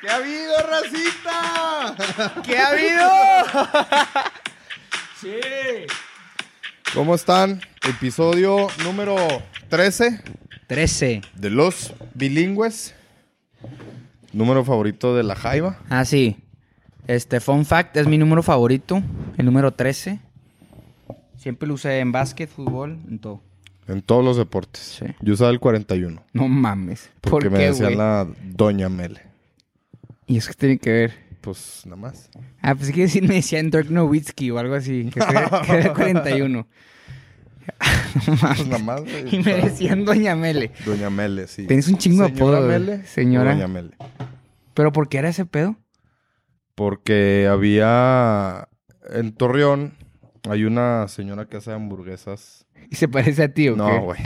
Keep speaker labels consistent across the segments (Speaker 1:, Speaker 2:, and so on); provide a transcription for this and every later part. Speaker 1: ¿Qué ha habido, racita?
Speaker 2: ¿Qué ha habido?
Speaker 3: Sí.
Speaker 1: ¿Cómo están? Episodio número 13
Speaker 2: 13.
Speaker 1: de Los Bilingües. Número favorito de la Jaiba.
Speaker 2: Ah, sí. Este, fun fact, es mi número favorito, el número 13. Siempre lo usé en básquet, fútbol, en todo.
Speaker 1: En todos los deportes.
Speaker 2: Sí.
Speaker 1: Yo usaba el 41.
Speaker 2: No mames. ¿Por
Speaker 1: Porque me
Speaker 2: qué,
Speaker 1: decía
Speaker 2: güey?
Speaker 1: la Doña Mele.
Speaker 2: Y es que tiene que ver.
Speaker 1: Pues nada más.
Speaker 2: Ah, pues quiere decir, me decían Dirk Nowitzki o algo así, que, era- que era 41. no
Speaker 1: Pues nada
Speaker 2: mames.
Speaker 1: más. güey.
Speaker 2: Y me decían Doña Mele.
Speaker 1: Doña Mele, sí.
Speaker 2: Tienes un chingo de
Speaker 1: Señora
Speaker 2: apodos, güey.
Speaker 1: Mele o
Speaker 2: Señora.
Speaker 1: Doña Mele.
Speaker 2: ¿Pero por qué era ese pedo?
Speaker 1: Porque había en Torreón hay una señora que hace hamburguesas.
Speaker 2: ¿Y se parece a ti o qué?
Speaker 1: No, güey.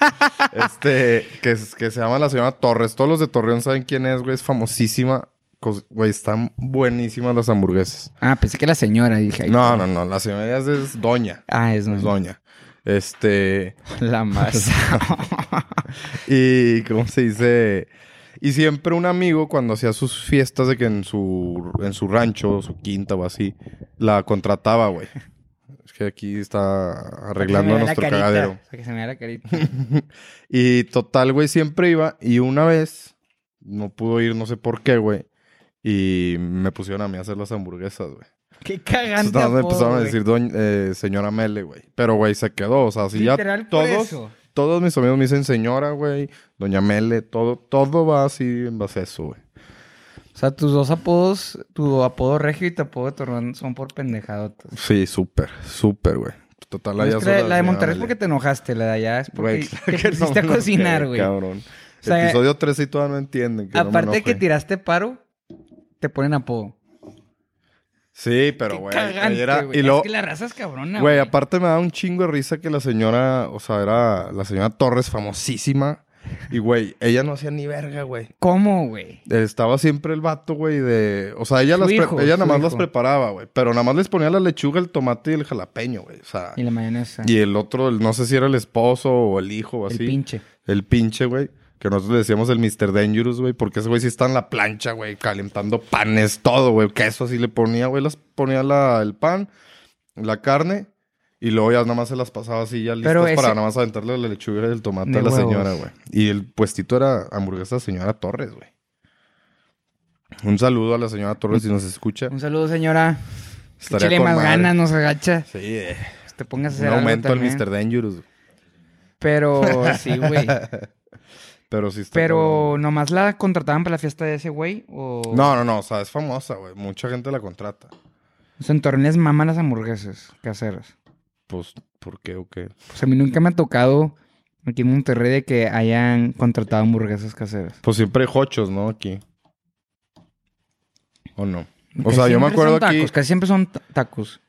Speaker 1: este, que, es- que se llama la señora Torres. Todos los de Torreón saben quién es, güey. Es famosísima. Cos- Güey, están buenísimas las hamburguesas.
Speaker 2: Ah, pensé que la señora, dije. ay,
Speaker 1: No, no, no. La señora ya es, es doña.
Speaker 2: Ah, es no.
Speaker 1: Es doña. Este.
Speaker 2: La masa.
Speaker 1: Y cómo se dice. Y siempre un amigo, cuando hacía sus fiestas de que en su, en su rancho, su quinta o así, la contrataba, güey. Es que aquí está arreglando nuestro cagadero.
Speaker 2: que se me vea la carita.
Speaker 1: Y total, güey, siempre iba. Y una vez, no pudo ir, no sé por qué, güey. Y me pusieron a mí a hacer las hamburguesas, güey.
Speaker 2: Qué cagante.
Speaker 1: Entonces, nada más me
Speaker 2: apodo,
Speaker 1: empezaron a
Speaker 2: güey.
Speaker 1: decir, "Doña- eh, señora Mele, güey. Pero, güey, se quedó. O sea, si ya
Speaker 2: Literal por
Speaker 1: todos,
Speaker 2: eso.
Speaker 1: todos mis amigos me dicen señora, güey, doña Mele, todo, todo va así en base a eso, güey.
Speaker 2: O sea, tus dos apodos, tu apodo regio y tu apodo de Torreón son por pendejadotas.
Speaker 1: Sí, súper, súper, güey. Total,
Speaker 2: No, es
Speaker 1: allá
Speaker 2: que
Speaker 1: sola
Speaker 2: la, la de
Speaker 1: señora
Speaker 2: Monterrey es
Speaker 1: Mele.
Speaker 2: porque te enojaste, la de allá es porque
Speaker 1: Güey,
Speaker 2: te
Speaker 1: claro que no
Speaker 2: pusiste
Speaker 1: me
Speaker 2: a cocinar,
Speaker 1: enojé,
Speaker 2: güey.
Speaker 1: Cabrón.
Speaker 2: sea,
Speaker 1: Episodio 3 y todavía no entienden. Que no me
Speaker 2: Aparte de que
Speaker 1: enojé.
Speaker 2: tiraste paro, te ponen apodo.
Speaker 1: Sí, pero,
Speaker 2: Qué
Speaker 1: güey. ahí
Speaker 2: cagante,
Speaker 1: era-
Speaker 2: güey.
Speaker 1: Y luego,
Speaker 2: Es que la raza es cabrona,
Speaker 1: Güey,
Speaker 2: güey.
Speaker 1: aparte me da un chingo de risa que la señora, o sea, era la señora Torres, famosísima. Y, güey, ella no hacía ni verga, güey.
Speaker 2: ¿Cómo, güey?
Speaker 1: Estaba siempre el vato, güey, de... O sea, ella,
Speaker 2: Su
Speaker 1: las pre-
Speaker 2: hijo,
Speaker 1: ella
Speaker 2: su
Speaker 1: nada más
Speaker 2: hijo.
Speaker 1: las preparaba, güey. Pero nada más les ponía la lechuga, el tomate y el jalapeño, güey. O sea...
Speaker 2: Y la mayonesa.
Speaker 1: Y el otro, el- no sé si era el esposo o el hijo o
Speaker 2: el
Speaker 1: así.
Speaker 2: pinche.
Speaker 1: El pinche, güey. Que nosotros le decíamos el Mr. Dangerous, güey. Porque ese güey sí está en la plancha, güey. Calentando panes, todo, güey. Queso así le ponía, güey. Las ponía la, el pan, la carne. Y luego ya nada más se las pasaba así ya listas
Speaker 2: Pero
Speaker 1: para
Speaker 2: ese-
Speaker 1: nada más aventarle la lechuga y el tomate
Speaker 2: De
Speaker 1: a la
Speaker 2: huevos.
Speaker 1: señora, güey. Y el puestito era hamburguesa señora Torres, güey. Un saludo a la señora Torres si nos escucha.
Speaker 2: Un saludo, señora. Que
Speaker 1: Estaría
Speaker 2: Échale
Speaker 1: con
Speaker 2: más
Speaker 1: madre.
Speaker 2: ganas, nos agacha.
Speaker 1: Sí, eh.
Speaker 2: Te pongas
Speaker 1: un
Speaker 2: a hacer algo
Speaker 1: aumento al
Speaker 2: también.
Speaker 1: Mr. Dangerous. güey.
Speaker 2: Pero sí, güey.
Speaker 1: Pero sí está cabrón.
Speaker 2: Pero nomás la contrataban para la fiesta de ese güey o
Speaker 1: No, no, no, o sea, es famosa, güey. Mucha gente la contrata.
Speaker 2: O sea, en Torreón les maman las hamburguesas caseras.
Speaker 1: Pues, ¿por qué o qué?
Speaker 2: Pues a mí nunca me ha tocado aquí en Monterrey de que hayan contratado hamburguesas caseras.
Speaker 1: Pues siempre hay hochos, ¿no? Aquí. ¿O no? O
Speaker 2: Casi
Speaker 1: sea, yo me
Speaker 2: siempre
Speaker 1: acuerdo
Speaker 2: son
Speaker 1: aquí
Speaker 2: tacos, casi siempre son ta- tacos.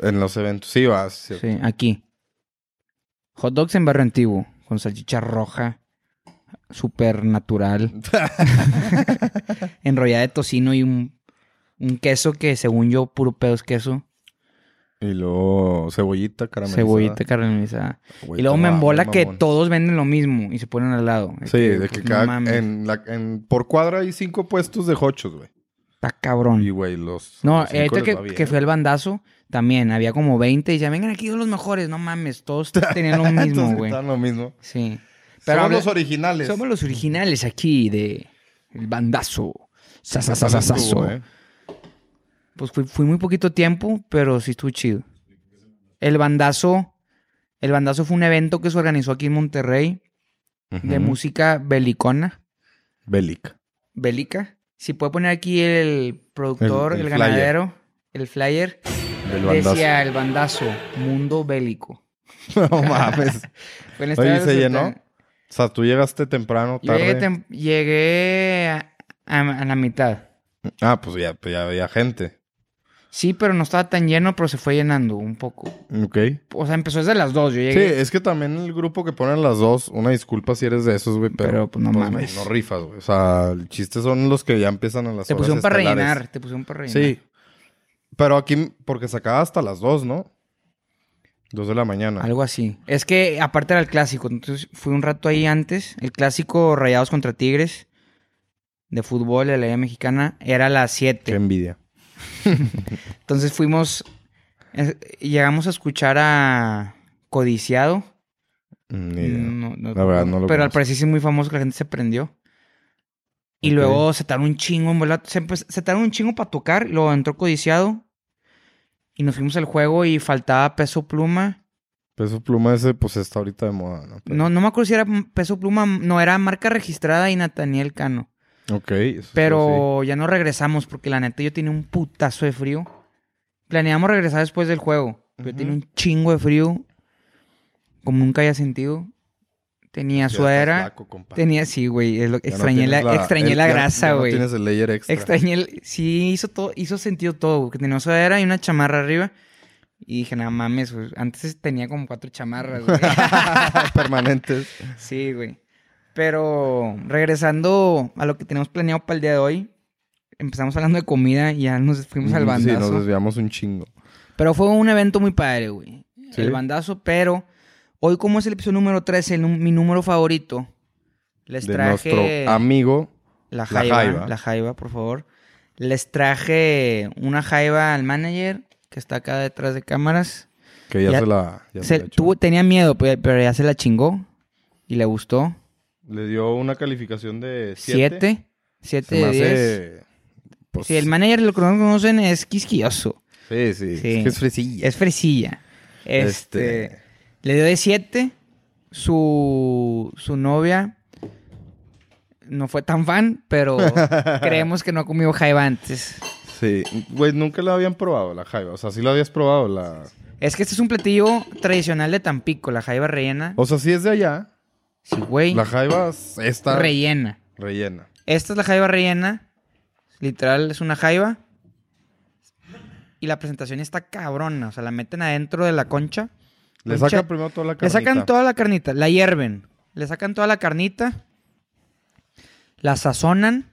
Speaker 1: en los eventos. Sí, vas.
Speaker 2: Sí,
Speaker 1: cierto.
Speaker 2: aquí. Hot dogs en barrio antiguo con salchicha roja super natural. Enrollada de tocino y un un queso que según yo puro pedo es queso,
Speaker 1: Y luego cebollita caramelizada.
Speaker 2: cebollita caramelizada.
Speaker 1: Güey,
Speaker 2: Y luego me
Speaker 1: no mames,
Speaker 2: embola que
Speaker 1: mamón.
Speaker 2: todos venden lo mismo y se ponen al lado.
Speaker 1: Sí, de
Speaker 2: pues,
Speaker 1: que
Speaker 2: no
Speaker 1: cada...
Speaker 2: mames,
Speaker 1: en la, en, por cuadra hay cinco puestos de hochos, güey.
Speaker 2: Está cabrón.
Speaker 1: Y, güey, los...
Speaker 2: no, eh,
Speaker 1: los cinco
Speaker 2: ahorita
Speaker 1: les va
Speaker 2: que,
Speaker 1: bien. ¿eh?
Speaker 2: que fue el bandazo, también había como 20 y ya vengan aquí son los mejores. No mames, todos tenían lo mismo,
Speaker 1: Entonces,
Speaker 2: güey.
Speaker 1: están lo mismo.
Speaker 2: Sí.
Speaker 1: Somos
Speaker 2: habla-
Speaker 1: los originales.
Speaker 2: somos los originales aquí de El Bandazo. Sa, sa, sa, sa, sa,
Speaker 1: Estuvo,
Speaker 2: so.
Speaker 1: ¿eh?
Speaker 2: Pues fui, fui muy poquito tiempo, pero sí estuvo chido. El bandazo, el bandazo fue un evento que se organizó aquí en Monterrey de
Speaker 1: Ujú.
Speaker 2: música belicona.
Speaker 1: Bélica.
Speaker 2: bélica. Si puede poner aquí el productor,
Speaker 1: El-
Speaker 2: el,
Speaker 1: el flyer.
Speaker 2: ganadero, el flyer,
Speaker 1: Del bandazo.
Speaker 2: decía el bandazo, mundo bélico.
Speaker 1: No mames.
Speaker 2: Fue en el
Speaker 1: Oye,
Speaker 2: Estadio
Speaker 1: ¿y
Speaker 2: de
Speaker 1: se
Speaker 2: los
Speaker 1: llenó?
Speaker 2: Sultanes.
Speaker 1: O sea, tú llegaste temprano,
Speaker 2: Yo
Speaker 1: tarde.
Speaker 2: llegué, tem- llegué a, a- a la mitad.
Speaker 1: Ah, pues ya, pues ya había gente.
Speaker 2: Sí, pero no estaba tan lleno, pero se fue llenando un poco.
Speaker 1: Ok.
Speaker 2: O sea, empezó desde las dos, yo
Speaker 1: Sí,
Speaker 2: llegué.
Speaker 1: es que también el grupo que ponen las dos, una disculpa si eres de esos, güey, pero,
Speaker 2: Pero, pues, no
Speaker 1: güey,
Speaker 2: mames.
Speaker 1: no rifas, güey. O sea, el chiste son los que ya empiezan a las
Speaker 2: te
Speaker 1: horas
Speaker 2: pusieron para
Speaker 1: estelares.
Speaker 2: rellenar, te pusieron para rellenar.
Speaker 1: Sí. Pero aquí, porque se acaba hasta las dos, ¿no? Dos de la mañana.
Speaker 2: Algo así. Es que aparte era el clásico, entonces fui un rato ahí antes. El clásico Rayados contra Tigres. de fútbol de la Liga Mexicana era a las
Speaker 1: Qué
Speaker 2: 7.
Speaker 1: envidia.
Speaker 2: Entonces fuimos, eh, llegamos a escuchar a Codiciado.
Speaker 1: Mm, Ni idea.
Speaker 2: No, no-
Speaker 1: La verdad, no lo
Speaker 2: Pero al
Speaker 1: conozco.
Speaker 2: parecer sí es muy famoso que la gente se prendió. Y
Speaker 1: Ok.
Speaker 2: luego se tardaron un chingo, en volar- Se, empe- se tardaron un chingo para tocar. Y luego entró codiciado. Y nos fuimos al juego y faltaba peso pluma.
Speaker 1: Peso pluma ese, pues está ahorita de moda, ¿no? Pero-
Speaker 2: No, no me acuerdo si era peso pluma. No, era marca registrada y Nathaniel Cano.
Speaker 1: Ok. eso sí,
Speaker 2: Mm. Pero ya no regresamos porque la neta yo tenía un putazo de frío. Planeamos regresar después del juego. Yo
Speaker 1: Ujú.
Speaker 2: tenía un chingo de frío. Como nunca había sentido. Tenía
Speaker 1: sí. Ya
Speaker 2: sudadera.
Speaker 1: estás flaco, compa.
Speaker 2: Tenía, sí, güey. es lo-
Speaker 1: Ya no
Speaker 2: Extrañé, la,
Speaker 1: tienes
Speaker 2: extrañé
Speaker 1: el-
Speaker 2: la
Speaker 1: ya-
Speaker 2: grasa,
Speaker 1: ya no
Speaker 2: güey.
Speaker 1: tienes el layer extra.
Speaker 2: extrañé, el- sí, hizo todo, hizo sentido todo, güey, que tenía sudadera y una chamarra arriba. Y dije, no mames, güey. Antes tenía como cuatro chamarras, güey.
Speaker 1: Permanentes.
Speaker 2: sí, güey. Pero regresando a lo que tenemos planeado para el día de hoy, empezamos hablando de comida y ya nos fuimos al
Speaker 1: Ujú, Sí,
Speaker 2: bandazo.
Speaker 1: nos desviamos un chingo.
Speaker 2: Pero fue un evento muy padre, güey.
Speaker 1: Sí.
Speaker 2: El bandazo, pero hoy, como es el episodio número 13, el nu- mi número favorito, les
Speaker 1: De
Speaker 2: traje.
Speaker 1: nuestro amigo.
Speaker 2: La jaiba,
Speaker 1: jaiba.
Speaker 2: la jaiba, por favor. Les traje una jaiba al manager que está acá detrás de cámaras.
Speaker 1: Que ya,
Speaker 2: Ya-
Speaker 1: se la. ya se
Speaker 2: Se-
Speaker 1: la echó.
Speaker 2: tuvo- tenía miedo, pe- pero ya se la chingó y le gustó.
Speaker 1: Le dio una calificación de 7.
Speaker 2: Siete, siete de diez.
Speaker 1: Pues,
Speaker 2: Si el manager lo que no conocen es quisquilloso,
Speaker 1: sí, sí,
Speaker 2: Sí.
Speaker 1: Es que es fresilla.
Speaker 2: es fresilla. Este,
Speaker 1: Este-
Speaker 2: le dio de siete. Su, su novia no fue tan fan, pero creemos que no ha comido jaiba antes.
Speaker 1: Sí. Güey, nunca la habían probado la jaiba. O sea, sí la habías probado la.
Speaker 2: Es que este es un platillo tradicional de Tampico, la jaiba rellena.
Speaker 1: O sea, sí es de allá.
Speaker 2: Sí, güey.
Speaker 1: Oh, La jaiba s- está
Speaker 2: Rellena.
Speaker 1: rellena.
Speaker 2: Esta es la jaiba rellena. Literal, es una jaiba. Y la presentación está cabrona. O sea, la meten adentro de la concha.
Speaker 1: Le
Speaker 2: Concha-
Speaker 1: sacan primero toda la carnita.
Speaker 2: Le sacan toda la carnita. La hierven. Le sacan toda la carnita. La sazonan.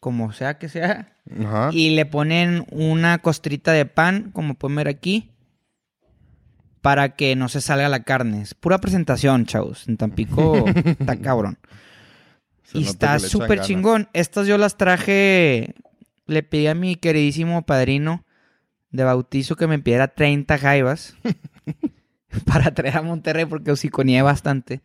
Speaker 2: Como sea que sea.
Speaker 1: Ajá.
Speaker 2: Y le ponen una costrita de pan, como pueden ver aquí, para que no se salga la carne. Es pura presentación, chavos. En Tampico está cabrón.
Speaker 1: Se
Speaker 2: Y
Speaker 1: nota
Speaker 2: está
Speaker 1: que le echan
Speaker 2: súper
Speaker 1: ganas.
Speaker 2: chingón. Estas yo las traje, le pedí a mi queridísimo padrino de bautizo que me pidiera 30 jaivas para traer a Monterrey porque hociconía bastante.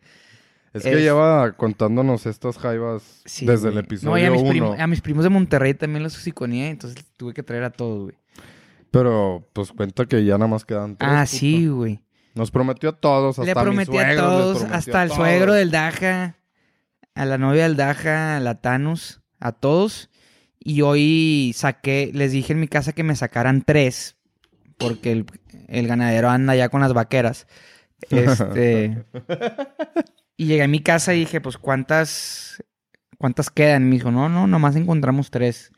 Speaker 1: Es
Speaker 2: Es-
Speaker 1: que lleva contándonos estas jaivas
Speaker 2: Sí,
Speaker 1: desde el
Speaker 2: güey.
Speaker 1: episodio
Speaker 2: No, y a mis,
Speaker 1: 1.
Speaker 2: primos, a mis primos de Monterrey también los hociconía, entonces tuve que traer a todos, güey.
Speaker 1: Pero pues cuenta que ya nada más quedan tres.
Speaker 2: Ah,
Speaker 1: puto.
Speaker 2: sí, güey.
Speaker 1: Nos prometió a todos, hasta
Speaker 2: le prometí a todos, hasta el suegro del Daja, a la novia del Daja, a la Thanos, a todos. Y hoy saqué, les dije en mi casa que me sacaran tres, porque el, el ganadero anda ya con las vaqueras. Este, y llegué a mi casa y dije, pues, ¿cuántas, cuántas quedan? Me dijo, no, no, nomás encontramos tres.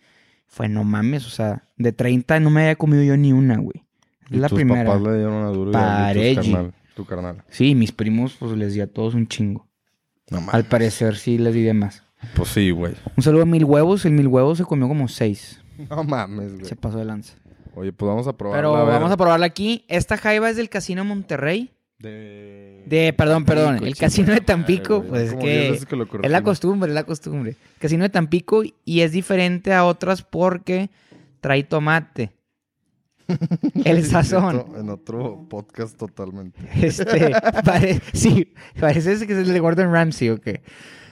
Speaker 2: Fue, no mames, o sea, de 30 no me había comido yo ni una, güey. Es la
Speaker 1: tus
Speaker 2: primera.
Speaker 1: papás le dieron una dura y a
Speaker 2: Parelli.
Speaker 1: tus carnal, tu carnal.
Speaker 2: Sí, mis primos, pues les di a todos un chingo.
Speaker 1: No
Speaker 2: Al
Speaker 1: mames.
Speaker 2: parecer sí les di de más.
Speaker 1: Pues sí, güey.
Speaker 2: Un saludo a Mil Huevos. El Mil Huevos se comió como seis.
Speaker 1: No mames, güey.
Speaker 2: Se pasó de lanza.
Speaker 1: Oye, pues vamos a probarla.
Speaker 2: Pero
Speaker 1: a ver.
Speaker 2: vamos a probarla aquí. Esta jaiba es del Casino Monterrey.
Speaker 1: De...
Speaker 2: De, perdón, perdón.
Speaker 1: Tampico,
Speaker 2: el Casino de
Speaker 1: chingada madre,
Speaker 2: Tampico.
Speaker 1: güey.
Speaker 2: pues es
Speaker 1: Como diez
Speaker 2: que
Speaker 1: veces lo
Speaker 2: es la
Speaker 1: corregimos.
Speaker 2: costumbre, es la costumbre. Casino de Tampico y es diferente a otras porque trae tomate. El
Speaker 1: En
Speaker 2: sazón.
Speaker 1: otro- En otro podcast totalmente.
Speaker 2: Este, pare- sí, parece ese que es el de Gordon Ramsay o qué.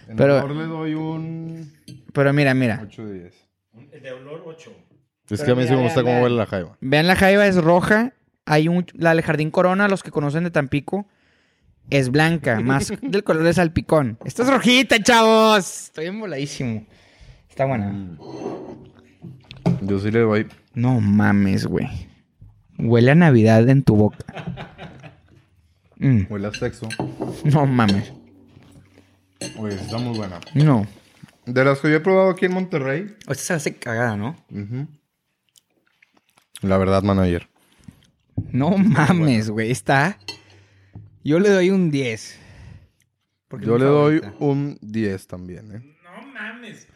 Speaker 1: En
Speaker 2: Pero-
Speaker 1: el olor le doy un
Speaker 2: Pero mira, mira.
Speaker 1: 8 de 10.
Speaker 3: El de olor 8.
Speaker 1: Es que
Speaker 2: Pero
Speaker 1: a mí sí
Speaker 2: mira,
Speaker 1: me gusta
Speaker 2: vean,
Speaker 1: cómo
Speaker 2: vean.
Speaker 1: huele la jaiba.
Speaker 2: Vean, la jaiba es roja. Hay un, la del Jardín Corona, los que conocen de Tampico, es blanca, más del color de salpicón. Esta es rojita, chavos. Estoy emboladísimo. Está buena. Mm.
Speaker 1: Yo sí le doy
Speaker 2: No mames, güey. Huele a Navidad en tu boca. Mm,
Speaker 1: Huele a sexo.
Speaker 2: no mames.
Speaker 1: Oye, está muy buena.
Speaker 2: No.
Speaker 1: De las que yo he probado aquí en Monterrey.
Speaker 2: Esta se hace cagada, ¿no?
Speaker 1: La verdad, manager.
Speaker 2: No mames, güey. Está. Yo le doy un 10. Porque
Speaker 1: Yo
Speaker 2: es mi
Speaker 1: le doy
Speaker 2: favorita.
Speaker 1: un 10 también, ¿eh?
Speaker 3: No mames.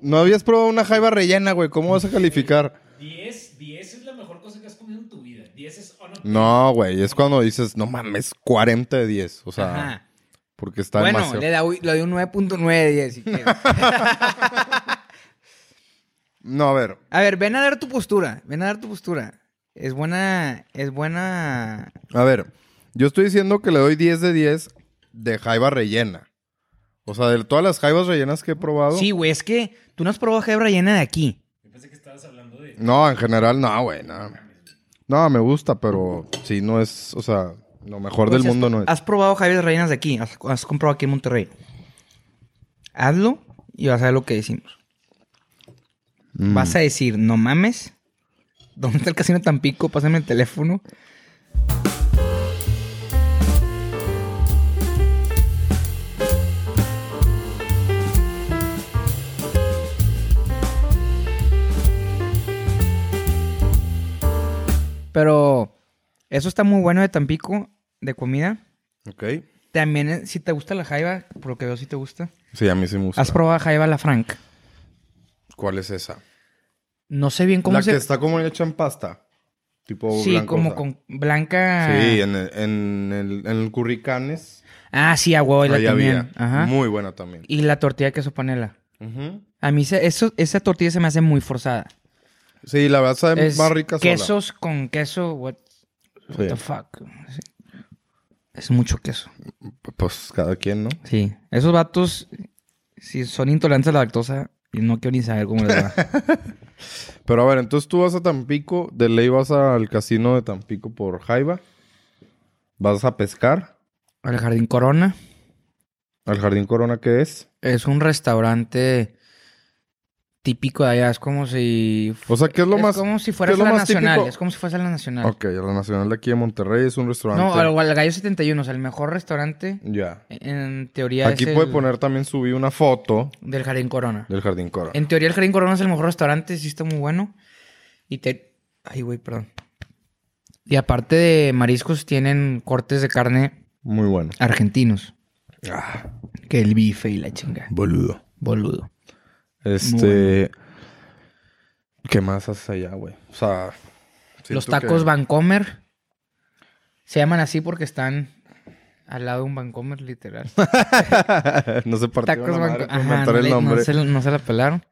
Speaker 1: No habías probado una jaiba rellena, güey. ¿Cómo vas a calificar?
Speaker 3: 10, 10 es la mejor cosa que has comido en tu vida. 10 es on a-
Speaker 1: No, güey. Es cuando dices, no mames, 40 de 10. O sea,
Speaker 2: Ajá.
Speaker 1: Porque está
Speaker 2: bueno,
Speaker 1: demasiado.
Speaker 2: le, da, un- le doy un 9.9 de 10 si quieres.
Speaker 1: No, a ver.
Speaker 2: A ver, ven a dar tu postura. Ven a dar tu postura. Es buena. Es buena.
Speaker 1: A ver. Yo estoy diciendo que le doy 10 de 10 de jaiba rellena. O sea, de todas las jaibas rellenas que he probado.
Speaker 2: Sí, güey, es que tú no has probado hebra llena de aquí.
Speaker 3: Yo pensé que estabas hablando de.
Speaker 1: No, en general, no, güey, no. No, me gusta, pero sí, no es, o sea, lo mejor del
Speaker 2: Pues,
Speaker 1: mundo
Speaker 2: has,
Speaker 1: no es.
Speaker 2: Has probado Javier Reinas de aquí. Has, has comprado aquí en Monterrey. Hazlo y vas a ver lo que decimos.
Speaker 1: Mm.
Speaker 2: Vas a decir, no mames. ¿Dónde está el casino de Tampico? Pásame el teléfono. Pero eso está muy bueno de Tampico, de comida.
Speaker 1: Ok.
Speaker 2: También, eh, si te gusta la jaiba, por lo que veo, si te gusta.
Speaker 1: Sí, a mí sí me gusta.
Speaker 2: ¿Has probado jaiba la franca?
Speaker 1: ¿Cuál es esa?
Speaker 2: No sé bien cómo
Speaker 1: La
Speaker 2: se...
Speaker 1: que está como hecha en pasta. Tipo
Speaker 2: Sí,
Speaker 1: blancosa.
Speaker 2: como con ah. blanca...
Speaker 1: Sí, en el, en el, en el Curricanes.
Speaker 2: Ah, sí, a huevo, y la
Speaker 1: ahí
Speaker 2: también.
Speaker 1: había.
Speaker 2: Ajá.
Speaker 1: Muy buena también.
Speaker 2: Y la tortilla de queso panela.
Speaker 1: Ujú.
Speaker 2: A mí se- eso, esa tortilla se me hace muy forzada.
Speaker 1: Sí, la verdad sabe
Speaker 2: Es
Speaker 1: más rica sola.
Speaker 2: quesos con queso, what, what
Speaker 1: Sí.
Speaker 2: the fuck. Sí. Es mucho queso.
Speaker 1: Pues cada quien, ¿no?
Speaker 2: Sí. Esos vatos, si son intolerantes a la lactosa, y no quiero ni saber cómo les va.
Speaker 1: Pero a ver, entonces tú vas a Tampico, de ley vas al casino de Tampico por Jaiba. Vas a pescar.
Speaker 2: Al Jardín Corona.
Speaker 1: ¿Al Jardín Corona qué es?
Speaker 2: Es un restaurante típico de allá. Es como si...
Speaker 1: O sea, ¿qué es lo
Speaker 2: es
Speaker 1: más...?
Speaker 2: como si fuera
Speaker 1: es lo
Speaker 2: la
Speaker 1: más
Speaker 2: nacional.
Speaker 1: típico?
Speaker 2: Es como si fuese la nacional.
Speaker 1: Ok, la Nacional de aquí de Monterrey es un restaurante.
Speaker 2: Ah. No, al, al Gallo 71, o sea, el mejor restaurante
Speaker 1: Ya.
Speaker 2: en teoría
Speaker 1: Aquí
Speaker 2: es el
Speaker 1: puede poner también, subí una foto
Speaker 2: del Jardín Corona.
Speaker 1: del Jardín Corona.
Speaker 2: En teoría el Jardín Corona es el mejor restaurante, sí está muy bueno. Y te... Ay, güey, perdón. Y aparte de mariscos, tienen cortes de carne
Speaker 1: Muy bueno.
Speaker 2: argentinos.
Speaker 1: Ah,
Speaker 2: Que el bife y la chinga.
Speaker 1: boludo.
Speaker 2: Boludo.
Speaker 1: Este... ¿Qué más haces allá, güey? O sea...
Speaker 2: Los
Speaker 1: siento
Speaker 2: tacos
Speaker 1: que-
Speaker 2: Vancomer. Se llaman así porque están al lado de un Vancomer, literal.
Speaker 1: no se partieron
Speaker 2: Tacos
Speaker 1: la madre
Speaker 2: Banco.
Speaker 1: por
Speaker 2: Ajá,
Speaker 1: inventar
Speaker 2: no,
Speaker 1: el
Speaker 2: le- no
Speaker 1: nombre.
Speaker 2: se, no se la pelaron.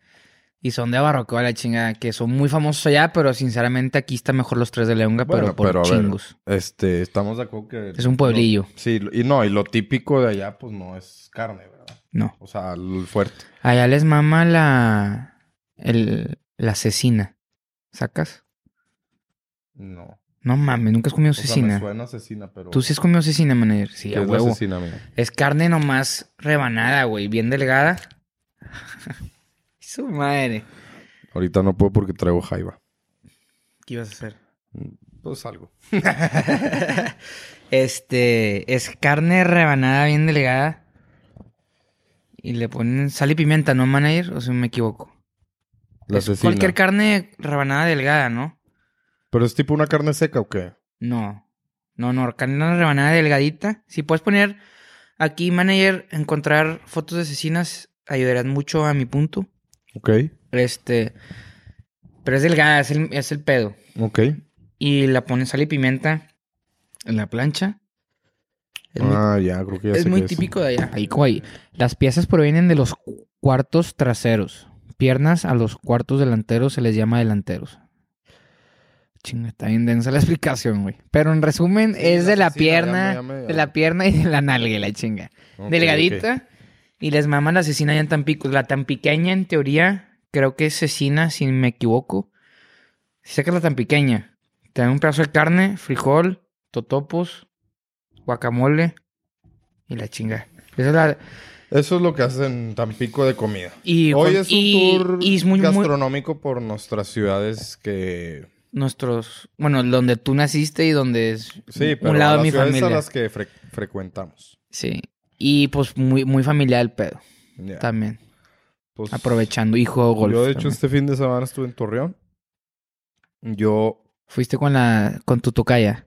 Speaker 2: Y son de Barrocoa la chingada, que son muy famosos allá, pero sinceramente aquí está mejor los tres de Leonga, pero
Speaker 1: Bueno,
Speaker 2: por
Speaker 1: pero a ver,
Speaker 2: chingos.
Speaker 1: este, estamos de acuerdo que...
Speaker 2: Es un pueblillo.
Speaker 1: lo- sí, y no, y lo típico de allá, pues no es carne, ¿verdad?
Speaker 2: No.
Speaker 1: O sea, el fuerte.
Speaker 2: Allá les mama la. El, la cecina. ¿Sacas?
Speaker 1: No.
Speaker 2: No mames, nunca has comido
Speaker 1: O sea, me
Speaker 2: cecina.
Speaker 1: suena asesina, pero...
Speaker 2: Tú sí has comido cecina, manager. Sí,
Speaker 1: ¿Qué
Speaker 2: a
Speaker 1: es la
Speaker 2: huevo.
Speaker 1: asesina, amigo?
Speaker 2: Es carne nomás rebanada, güey, bien delgada. Su madre.
Speaker 1: Ahorita no puedo porque traigo jaiba.
Speaker 2: ¿Qué ibas a hacer?
Speaker 1: Pues algo.
Speaker 2: Este es carne rebanada bien delgada. Y le ponen sal y pimienta, ¿no, manager? O sea, me equivoco.
Speaker 1: La
Speaker 2: Es
Speaker 1: asesina.
Speaker 2: cualquier carne rebanada delgada, ¿no?
Speaker 1: ¿Pero es tipo una carne seca o qué?
Speaker 2: No. No, no, carne rebanada delgadita. Si puedes poner aquí, manager, encontrar fotos de asesinas, ayudarán mucho a mi punto.
Speaker 1: Ok,
Speaker 2: Este. Pero es delgada, es el, es el pedo.
Speaker 1: ok.
Speaker 2: Y la ponen sal y pimienta en la plancha. Es muy
Speaker 1: ah, ya, creo que ya
Speaker 2: es
Speaker 1: sé
Speaker 2: muy
Speaker 1: qué
Speaker 2: típico de allá. Ahí, güey. Las piezas provienen de los cu- cuartos traseros. Piernas a los cuartos delanteros se les llama delanteros. Chinga, está bien densa la explicación, güey. Pero en resumen,
Speaker 1: Sí,
Speaker 2: es
Speaker 1: la
Speaker 2: de la
Speaker 1: asesina, ya
Speaker 2: pierna,
Speaker 1: me- ya me-
Speaker 2: de la pierna y de la nalga, la chinga.
Speaker 1: Ok,
Speaker 2: Delgadita. Y les mama la asesina allá en Tampico. La tampiqueña, en teoría, creo que es cecina, si me equivoco. Si sacas la tampiqueña, te dan un pedazo de carne, frijol, totopos, guacamole y la chinga. Esa es la...
Speaker 1: ok. Eso es lo que hacen Tampico de comida.
Speaker 2: Y,
Speaker 1: Hoy
Speaker 2: con-
Speaker 1: es un
Speaker 2: y-
Speaker 1: tour
Speaker 2: y es muy, muy-
Speaker 1: gastronómico por nuestras ciudades que...
Speaker 2: Nuestros... Bueno, donde tú naciste y donde es
Speaker 1: Sí, pero
Speaker 2: un lado de
Speaker 1: las
Speaker 2: mi
Speaker 1: ciudades
Speaker 2: familia.
Speaker 1: a las que fre- frecuentamos.
Speaker 2: Sí. Y pues muy, muy familiar el pedo
Speaker 1: Ya.
Speaker 2: también.
Speaker 1: Pues,
Speaker 2: Aprovechando. Y juego golf.
Speaker 1: Yo, de hecho,
Speaker 2: también.
Speaker 1: este fin de semana estuve en Torreón. Yo...
Speaker 2: Fuiste con la... Con tu tocaya.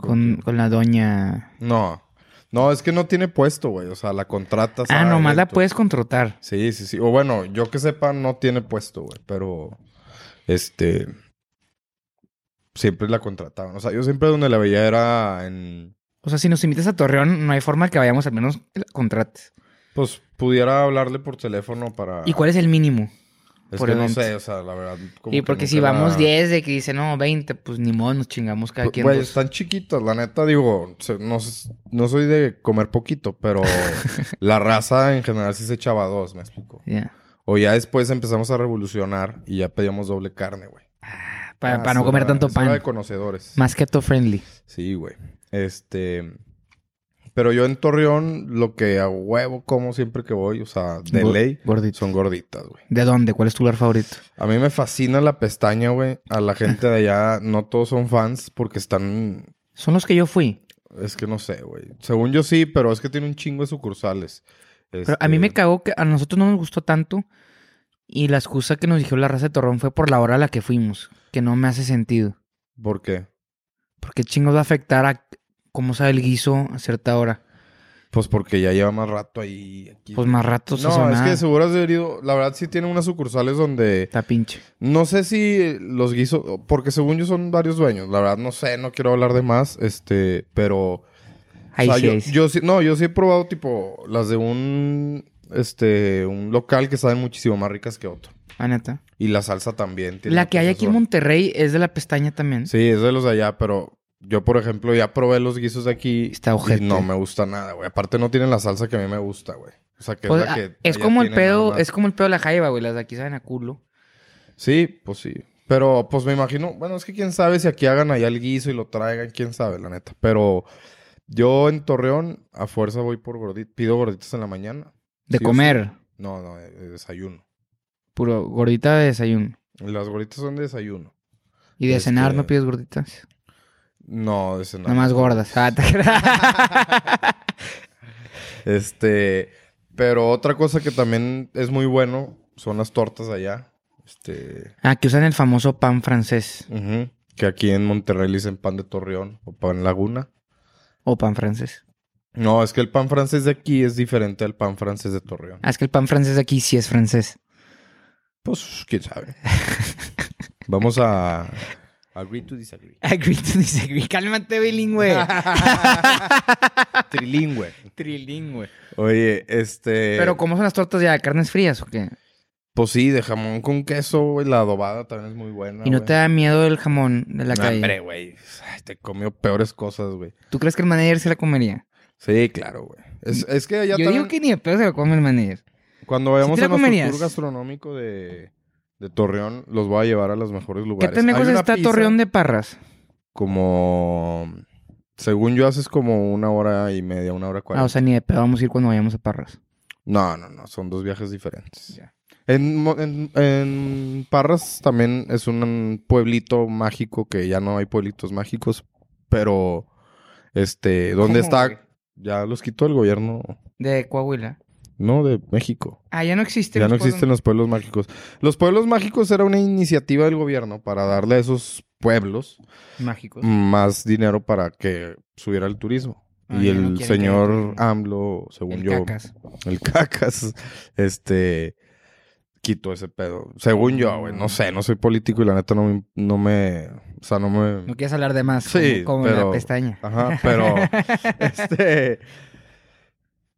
Speaker 2: Con, con la doña...
Speaker 1: No. No, es que no tiene puesto, güey. O sea, la contratas.
Speaker 2: Ah,
Speaker 1: a
Speaker 2: nomás
Speaker 1: alguien,
Speaker 2: la
Speaker 1: tú-
Speaker 2: puedes contratar.
Speaker 1: Sí, sí, sí. O bueno, yo que sepa, no tiene puesto, güey. Pero, este... Siempre la contrataban. O sea, yo siempre donde la veía era en...
Speaker 2: O sea, si nos invitas a Torreón, no hay forma que vayamos, al menos que la contrates.
Speaker 1: Pues pudiera hablarle por teléfono para.
Speaker 2: ¿Y cuál es el mínimo?
Speaker 1: Es
Speaker 2: por
Speaker 1: que no
Speaker 2: evento?
Speaker 1: sé, o sea, la verdad. como
Speaker 2: Y
Speaker 1: que
Speaker 2: porque
Speaker 1: nunca
Speaker 2: si vamos
Speaker 1: la-
Speaker 2: 10 de que dice, no, 20, pues ni modo, nos chingamos cada
Speaker 1: Pues,
Speaker 2: quien. pues.
Speaker 1: Güey,
Speaker 2: dos.
Speaker 1: están chiquitas, la neta, digo, se- no, s- no soy de comer poquito, pero la raza en general sí se echaba dos, me explico.
Speaker 2: Ya.
Speaker 1: O ya después empezamos a revolucionar y ya pedíamos doble carne, güey.
Speaker 2: Para,
Speaker 1: Ah,
Speaker 2: para no
Speaker 1: es
Speaker 2: comer
Speaker 1: hora-
Speaker 2: tanto
Speaker 1: es hora
Speaker 2: pan.
Speaker 1: de conocedores.
Speaker 2: Más keto friendly.
Speaker 1: Sí, güey. Este. Pero yo en Torreón, lo que a huevo como siempre que voy, o sea, de
Speaker 2: Gor-
Speaker 1: ley,
Speaker 2: Gordito.
Speaker 1: son gorditas, güey.
Speaker 2: ¿De dónde? ¿Cuál es tu lugar favorito?
Speaker 1: A mí me fascina la pestaña, güey. A la gente de allá, no todos son fans porque están.
Speaker 2: Son los que yo fui.
Speaker 1: Es que no sé, güey. Según yo sí, pero es que tiene un chingo de sucursales.
Speaker 2: Pero a mí
Speaker 1: Este,
Speaker 2: me cagó que a nosotros no nos gustó tanto. Y la excusa que nos dijo la raza de Torreón fue por la hora a la que fuimos. Que no me hace sentido.
Speaker 1: ¿Por qué?
Speaker 2: Porque chingos va a afectar a cómo sabe el guiso a cierta hora.
Speaker 1: Pues porque ya lleva más rato ahí. aquí.
Speaker 2: Pues más rato se hace
Speaker 1: no, es
Speaker 2: nada.
Speaker 1: que seguro has debido. La verdad sí tiene unas sucursales donde.
Speaker 2: Está pinche.
Speaker 1: No sé si los guisos, porque según yo son varios dueños, la verdad no sé, no quiero hablar de más, este, pero o
Speaker 2: Ahí
Speaker 1: sea,
Speaker 2: sí,
Speaker 1: yo,
Speaker 2: ahí sí.
Speaker 1: yo sí- no, yo sí he probado tipo las de un este un local que saben muchísimo más ricas que otro.
Speaker 2: Ah, neta.
Speaker 1: Y la salsa también tiene
Speaker 2: La que hay
Speaker 1: mucho
Speaker 2: aquí en
Speaker 1: sazón.
Speaker 2: Monterrey es de la pestaña también.
Speaker 1: Sí, es de los de allá, pero yo por ejemplo ya probé los guisos de aquí
Speaker 2: Está
Speaker 1: y
Speaker 2: ojete.
Speaker 1: no me gusta nada, güey. Aparte no tienen la salsa que a mí me gusta, güey. O sea, que
Speaker 2: Pues,
Speaker 1: es la
Speaker 2: ah,
Speaker 1: que allá
Speaker 2: como el
Speaker 1: tienen nada
Speaker 2: pedo,
Speaker 1: más.
Speaker 2: es como el pedo de la jaiba, güey. Las de aquí saben a culo.
Speaker 1: Sí, pues sí. Pero pues me imagino, bueno, es que quién sabe si aquí hagan allá el guiso y lo traigan, quién sabe, la neta. Pero yo en Torreón a fuerza voy por gorditas, pido gorditas en la mañana.
Speaker 2: De
Speaker 1: Sí o
Speaker 2: comer.
Speaker 1: No, no, de- de desayuno.
Speaker 2: Puro gordita de desayuno.
Speaker 1: Las gorditas son de desayuno.
Speaker 2: Y de
Speaker 1: Este-
Speaker 2: cenar no pides gorditas.
Speaker 1: No, de cenar.
Speaker 2: Nada más gordas. Ah, te creas.
Speaker 1: Este, pero otra cosa que también es muy bueno son las tortas allá. Este,
Speaker 2: ah, que usan el famoso pan francés.
Speaker 1: ujú, que aquí en Monterrey le dicen pan de Torreón o pan Laguna.
Speaker 2: O pan francés.
Speaker 1: No, es que el pan francés de aquí es diferente al pan francés de Torreón.
Speaker 2: Ah, es que el pan francés de aquí sí es francés.
Speaker 1: Pues quién sabe. Vamos a. Agree to disagree.
Speaker 2: Agree to disagree. Cálmate, bilingüe.
Speaker 1: Trilingüe.
Speaker 2: Trilingüe.
Speaker 1: Oye, este.
Speaker 2: Pero, ¿cómo son las tortas ya? ¿Carnes frías o qué?
Speaker 1: Pues sí, de jamón con queso, güey. La adobada también es muy buena.
Speaker 2: ¿Y no
Speaker 1: güey.
Speaker 2: te da miedo el jamón de la
Speaker 1: No,
Speaker 2: calle?
Speaker 1: Hombre, güey. Ay, Te comió peores cosas, güey.
Speaker 2: ¿Tú crees que el manager se la comería?
Speaker 1: Sí, claro, güey. Es, es que ya
Speaker 2: Yo digo que ni de pedo se la come el manager.
Speaker 1: Cuando vayamos
Speaker 2: ¿Sí te
Speaker 1: a
Speaker 2: la
Speaker 1: nuestro
Speaker 2: comerías?
Speaker 1: tour gastronómico de, de Torreón, los voy a llevar a los mejores
Speaker 2: ¿Qué
Speaker 1: lugares.
Speaker 2: tan lejos
Speaker 1: Hay una
Speaker 2: está
Speaker 1: pizza
Speaker 2: Torreón de Parras?
Speaker 1: Como. Según yo, haces como una hora y media, una hora cuarenta.
Speaker 2: Ah, o sea, ni de pedo vamos a ir cuando vayamos a Parras.
Speaker 1: No, no, no, son dos viajes diferentes.
Speaker 2: Ya.
Speaker 1: En, Mo- en- en Parras también es un pueblito mágico que ya no hay pueblitos mágicos, pero este, ¿dónde
Speaker 2: ¿Cómo,
Speaker 1: está?
Speaker 2: güey?
Speaker 1: Ya los quitó el gobierno,
Speaker 2: De Coahuila.
Speaker 1: no, de México.
Speaker 2: Ah, ya no existe.
Speaker 1: Ya
Speaker 2: los
Speaker 1: no
Speaker 2: pueblos-
Speaker 1: existen los pueblos mágicos. Los pueblos mágicos era una iniciativa del gobierno para darle a esos pueblos
Speaker 2: Mágicos.
Speaker 1: más dinero para que subiera el turismo.
Speaker 2: Ah,
Speaker 1: y
Speaker 2: ya no
Speaker 1: el
Speaker 2: quieren que haya
Speaker 1: señor
Speaker 2: turismo.
Speaker 1: AMLO, según
Speaker 2: El
Speaker 1: Mm, yo,
Speaker 2: cacas.
Speaker 1: el cacas, este, quito ese pedo. Según yo, güey, no sé, no soy político y la neta no me, no me, o sea, no
Speaker 2: No
Speaker 1: me,
Speaker 2: quieres hablar de más.
Speaker 1: Sí,
Speaker 2: como, como
Speaker 1: pero-
Speaker 2: la pestaña.
Speaker 1: ajá, pero, este,